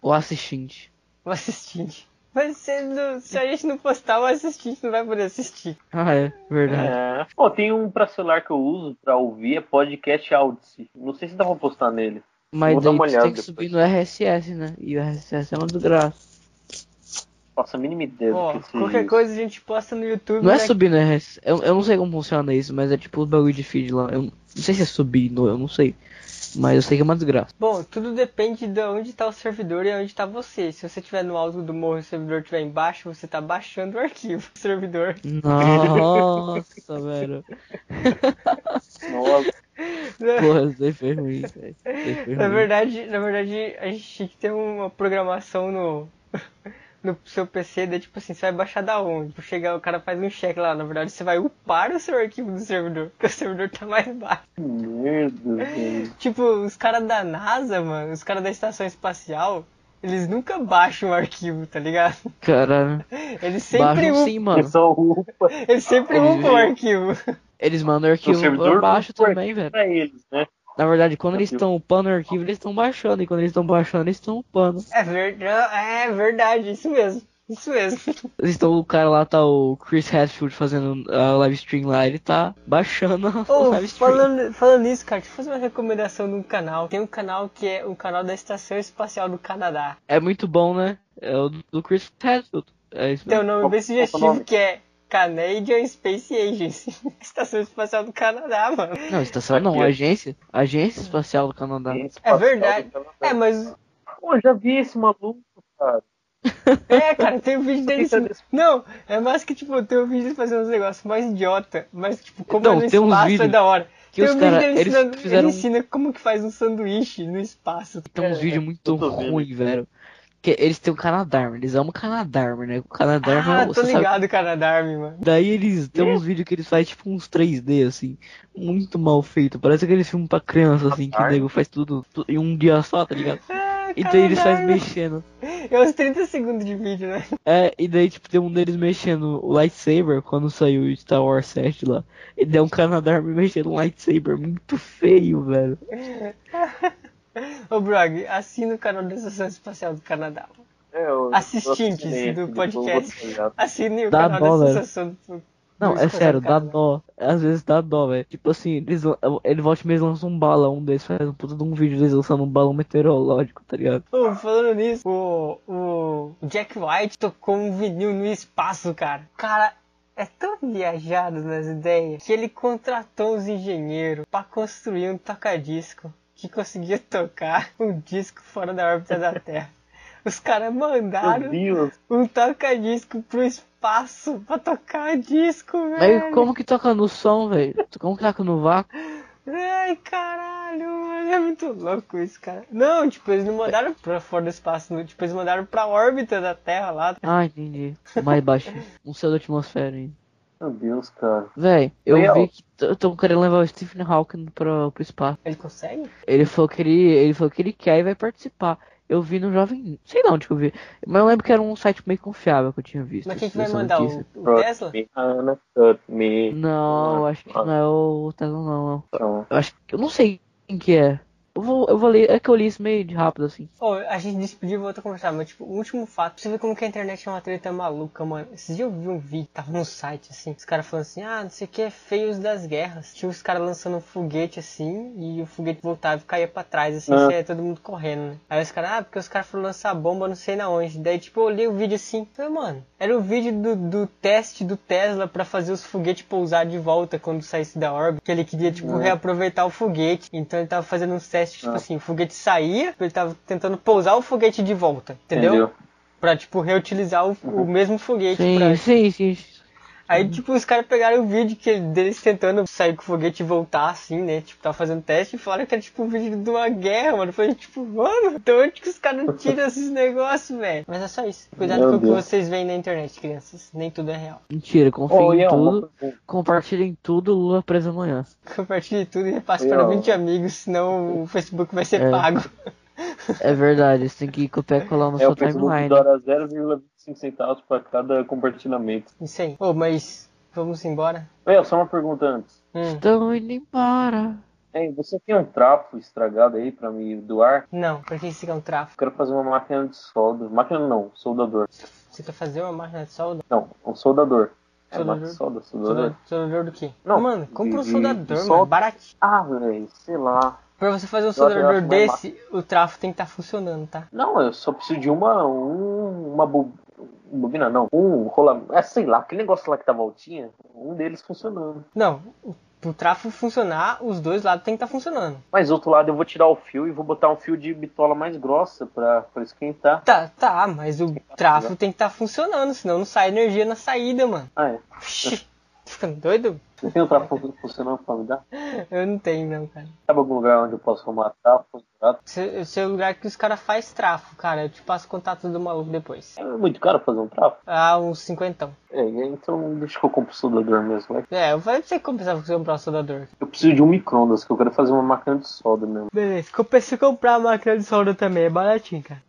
Speaker 1: O assistente.
Speaker 3: o assistente. Mas se, não- se a gente não postar o assistente, não vai poder assistir.
Speaker 1: Ah, é, verdade.
Speaker 2: É. Bom, tem um pra celular que eu uso pra ouvir, é podcast Audicy. Não sei se dá pra postar nele.
Speaker 1: Mas
Speaker 2: vou dar
Speaker 1: daí
Speaker 2: uma
Speaker 1: tu
Speaker 2: olhada
Speaker 1: tem que subir no RSS, né? E o RSS é uma desgraça.
Speaker 2: Faço a mínima ideia
Speaker 3: Ó,
Speaker 2: do que esse-
Speaker 3: qualquer coisa a gente posta no YouTube.
Speaker 1: Não é
Speaker 3: né?
Speaker 1: subir no RSS. Eu, eu não sei como funciona isso, mas é tipo os bagulho de feed lá. Eu não sei se é subir, no- eu não sei. Mas eu sei que é uma desgraça.
Speaker 3: Bom, tudo depende de onde tá o servidor e onde tá você. Se você estiver no alto do morro e o servidor estiver embaixo, você tá baixando o arquivo do servidor.
Speaker 1: Nossa, velho.
Speaker 2: Nossa,
Speaker 1: Porra, isso daí foi ruim, velho. Isso daí foi
Speaker 3: Na
Speaker 1: ruim.
Speaker 3: É verdade, na verdade, a gente tinha que ter uma programação no, no seu PC, daí tipo assim, você vai baixar da onde? Tipo, Chega, o cara faz um check lá, na verdade você vai upar o seu arquivo do servidor, porque o servidor tá mais baixo.
Speaker 2: que merda, velho.
Speaker 3: Tipo, os caras da NASA, mano, os caras da estação espacial, eles nunca baixam o arquivo, tá ligado?
Speaker 1: Caralho.
Speaker 3: Eles sempre
Speaker 1: Baixam
Speaker 3: um- upam,
Speaker 1: sim, mano.
Speaker 2: Pessoal, upa
Speaker 3: eles sempre
Speaker 1: Eles-
Speaker 3: upam o arquivo.
Speaker 1: Eles mandam o
Speaker 2: o
Speaker 1: arquivo
Speaker 2: servidor
Speaker 1: baixo
Speaker 2: upa
Speaker 1: também, velho.
Speaker 2: pra eles, né?
Speaker 1: Na verdade, quando eles
Speaker 2: Tranquilo.
Speaker 1: estão upando o arquivo, eles estão baixando. E quando eles estão baixando, eles estão upando.
Speaker 3: É, ver... é verdade, isso mesmo. Isso mesmo.
Speaker 1: Eles estão, o cara lá tá o Chris Hadfield fazendo a live stream lá, ele tá baixando a
Speaker 3: Ô,
Speaker 1: live stream.
Speaker 3: falando, falando nisso, cara, deixa eu fazer uma recomendação de um canal. Tem um canal que é o canal da Estação Espacial do Canadá.
Speaker 1: É muito bom, né? É o do Chris Hadfield. É isso
Speaker 3: Tem um
Speaker 1: mesmo.
Speaker 3: nome
Speaker 2: Qual-
Speaker 3: bem
Speaker 2: qual o
Speaker 3: sugestivo
Speaker 2: nome?
Speaker 3: que é Canadian Space Agency. Estação Espacial do Canadá, mano.
Speaker 1: Não, estação não, agência. Agência Espacial do Canadá.
Speaker 3: É verdade. É, mas.
Speaker 2: Pô, já vi esse maluco, cara.
Speaker 3: É, cara, tem um vídeo deles. Não, é mais que, tipo, tem um vídeo deles fazendo uns negócios mais idiota. Mas, tipo, como
Speaker 1: Não,
Speaker 3: é no
Speaker 1: tem uns
Speaker 3: espaço é
Speaker 1: vídeos
Speaker 3: da hora.
Speaker 1: que
Speaker 3: tem
Speaker 1: os
Speaker 3: um
Speaker 1: cara-
Speaker 3: vídeo
Speaker 1: eles
Speaker 3: deles ensinando.
Speaker 1: fizeram-
Speaker 3: Ele ensina como que faz um sanduíche no espaço.
Speaker 1: Tem uns vídeos muito
Speaker 2: eu tô vendo.
Speaker 1: ruins, velho. Que eles têm o Canadarm, eles amam o Canadarm, né? O Canadarm é
Speaker 3: Ah,
Speaker 1: o.
Speaker 3: tô
Speaker 1: você sabe-
Speaker 3: ligado, cara, Darmy, mano.
Speaker 1: Daí eles tem uns vídeos que eles fazem tipo uns 3D assim, muito mal feito. Parece aquele filme pra criança assim, que o
Speaker 2: Canadarm?
Speaker 1: nego faz tudo tu- em um dia só, tá ligado?
Speaker 3: Ah,
Speaker 1: E daí eles fazem
Speaker 3: Canadarm.
Speaker 1: mexendo.
Speaker 3: É uns 30 segundos de vídeo, né?
Speaker 1: É, e daí tipo tem um deles mexendo o lightsaber quando saiu o Star Wars 7 lá. E daí um Canadarm mexendo um lightsaber muito feio, velho.
Speaker 3: Ô, Brog, assina o canal da Estação Espacial do Canadá.
Speaker 2: É, eu-
Speaker 3: Assistentes
Speaker 2: eu assinei
Speaker 3: do
Speaker 2: aqui, depois eu vou
Speaker 3: podcast.
Speaker 2: olhar.
Speaker 3: Assine o
Speaker 1: Dá
Speaker 3: canal
Speaker 1: dó,
Speaker 3: da
Speaker 1: velho.
Speaker 3: Estação do
Speaker 1: Não,
Speaker 3: do
Speaker 1: é
Speaker 3: Espacial
Speaker 1: sério,
Speaker 3: do
Speaker 1: dá
Speaker 3: Canadá.
Speaker 1: dó. Às vezes dá dó, velho. Tipo assim, eles, ele volta e meia, eles lançam um balão, um deles faz um puta de um vídeo deles lançando um balão meteorológico, tá ligado?
Speaker 3: Ô, falando nisso, o, o Jack White tocou um vinil no espaço, cara. Cara, é tão viajado nas ideias que ele contratou uns engenheiros pra construir um tocadisco que conseguia tocar um disco fora da órbita da Terra. Os caras
Speaker 2: Meu
Speaker 3: mandaram
Speaker 2: Deus,
Speaker 3: um toca-disco pro espaço pra tocar disco,
Speaker 1: É.
Speaker 3: velho.
Speaker 1: Mas como que toca no som, velho? Como que toca no vácuo?
Speaker 3: Ai, caralho, mano, é muito louco isso, cara. Não, tipo, eles não mandaram pra fora do espaço, não. tipo, eles mandaram pra órbita da Terra lá.
Speaker 1: Ah, entendi. Mais baixo. Um céu da atmosfera ainda.
Speaker 2: meu Deus, cara.
Speaker 1: Véi, eu
Speaker 2: Real.
Speaker 1: vi que estão querendo levar o Stephen Hawking pro, pro espaço.
Speaker 3: Ele consegue?
Speaker 1: Ele falou que ele, ele falou que ele quer e vai participar. Eu vi no Jovem. Sei lá onde que eu vi. Mas eu lembro que era um site meio confiável que eu tinha visto.
Speaker 3: Mas quem que vai
Speaker 1: essa
Speaker 3: mandar? O,
Speaker 1: notícia.
Speaker 3: o Tesla?
Speaker 2: Me, ah, Ana, cut me.
Speaker 1: Não, eu acho que não é o Tesla, não. não.
Speaker 2: Então,
Speaker 1: Eu acho que. Eu não sei quem que é. Eu vou, eu vou ler. É que eu li isso meio de rápido assim.
Speaker 3: Ô, a gente despediu e voltou a conversar, mas tipo, o último fato, pra você ver como que a internet é uma treta maluca, mano. Esses dias eu vi um vídeo, tava num site assim, os caras falando assim, ah, não sei o que, feios das guerras. Tinha os caras lançando um foguete assim, e o foguete voltava e caía pra trás, assim,
Speaker 2: Ah.
Speaker 3: saía todo mundo correndo, né? Aí os caras, ah, porque os caras foram lançar bomba não sei na onde. Daí, tipo, eu olhei o vídeo assim, falei, mano, era o vídeo do, do teste do Tesla pra fazer os foguetes pousar de volta quando saísse da órbita, que ele queria, tipo,
Speaker 2: Ah.
Speaker 3: reaproveitar o foguete. Então ele tava fazendo uns testes, tipo
Speaker 2: Ah.
Speaker 3: assim, o foguete saía, ele tava tentando pousar o foguete de volta, entendeu?
Speaker 2: Entendeu?
Speaker 3: Pra, tipo, reutilizar o, o mesmo foguete. pra-
Speaker 1: Sim, sim, sim.
Speaker 2: Uhum.
Speaker 3: Aí, tipo, os caras pegaram o vídeo que deles tentando sair com o foguete e voltar, assim, né? Tipo, tava fazendo teste e falaram que era, tipo, um vídeo de uma guerra, mano. Foi, tipo, mano, de onde que os caras tiram esses negócios, velho? Mas é só isso. Cuidado
Speaker 2: Meu
Speaker 3: com o que
Speaker 2: Deus.
Speaker 3: vocês veem na internet, crianças. Nem tudo é real.
Speaker 1: Mentira, confia
Speaker 2: Ô,
Speaker 1: em
Speaker 2: Ian, uma
Speaker 1: tudo.
Speaker 2: pergunta.
Speaker 1: Compartilhem tudo, Lula presa amanhã.
Speaker 3: Compartilhe tudo e repasse
Speaker 2: Eu-
Speaker 3: para 20 amigos, senão o Facebook vai ser
Speaker 1: É.
Speaker 3: pago.
Speaker 1: É verdade, você tem que copiar e colar na
Speaker 2: É,
Speaker 1: sua
Speaker 2: o Facebook
Speaker 1: timeline.
Speaker 2: dora 0,25 centavos para cada compartilhamento.
Speaker 3: Isso aí. Ô, mas vamos embora?
Speaker 2: Meu, só uma pergunta antes.
Speaker 3: Hum.
Speaker 1: Estão indo Então, embora.
Speaker 2: Ei, você tem um trapo estragado aí pra me doar?
Speaker 3: Não, pra que isso é um tráfico?
Speaker 2: Quero fazer uma máquina de solda. Máquina não, soldador.
Speaker 3: Você quer fazer uma máquina de solda?
Speaker 2: Não, um soldador. É
Speaker 3: Soldador?
Speaker 2: máquina de solda, soldador.
Speaker 3: Soldador, soldador do quê?
Speaker 2: Não,
Speaker 3: mano, compra um
Speaker 2: de- de
Speaker 3: soldador, mano,
Speaker 2: solda.
Speaker 3: baratinho.
Speaker 2: Ah, velho, sei lá.
Speaker 3: Pra você fazer um
Speaker 2: acho que eu
Speaker 3: soldador
Speaker 2: acho mais
Speaker 3: desse, o tráfego tem que estar funcionando, tá?
Speaker 2: Não, eu só preciso de uma. Um, uma bo- bobina, não. Um rola. É, sei lá, aquele negócio lá que tá voltinha. Um deles funcionando.
Speaker 3: Não, o- pro tráfego funcionar, os dois lados tem que estar funcionando.
Speaker 2: Mas do outro lado eu vou tirar o fio e vou botar um fio de bitola mais grossa pra, pra esquentar.
Speaker 3: Tá, tá, mas o tráfego tem que estar funcionando, senão não sai energia na saída, mano.
Speaker 2: Ah, é.
Speaker 3: Tá ficando doido?
Speaker 2: Você tem um trapo funcionando pra me dar?
Speaker 3: Eu não tenho, não, cara.
Speaker 2: Sabe algum lugar onde eu posso arrumar trapo? trapo?
Speaker 3: Esse esse é o lugar que os caras fazem tráfico, cara. Eu te passo o contato do maluco depois.
Speaker 2: É muito caro fazer um trapo?
Speaker 3: Ah, uns cinquentão.
Speaker 2: É, então deixa que eu compro o soldador mesmo. né?
Speaker 3: É, eu falei pra você compensar pra você comprar um soldador.
Speaker 2: Eu preciso de um micro-ondas, que eu quero fazer uma máquina de solda mesmo.
Speaker 3: Beleza, compensa comprar a máquina de solda também, é baratinho, cara.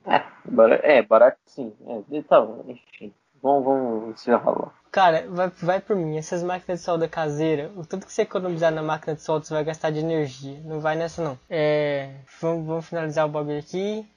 Speaker 2: Bara- É, barato sim. É, tá, enfim. Vamos, vamos encerrar lá.
Speaker 3: Cara, vai, vai por mim, essas máquinas de solda caseira, o tanto que você economizar na máquina de solda, você vai gastar de energia. Não vai nessa não. É. Vamos, vamos finalizar o bagulho aqui.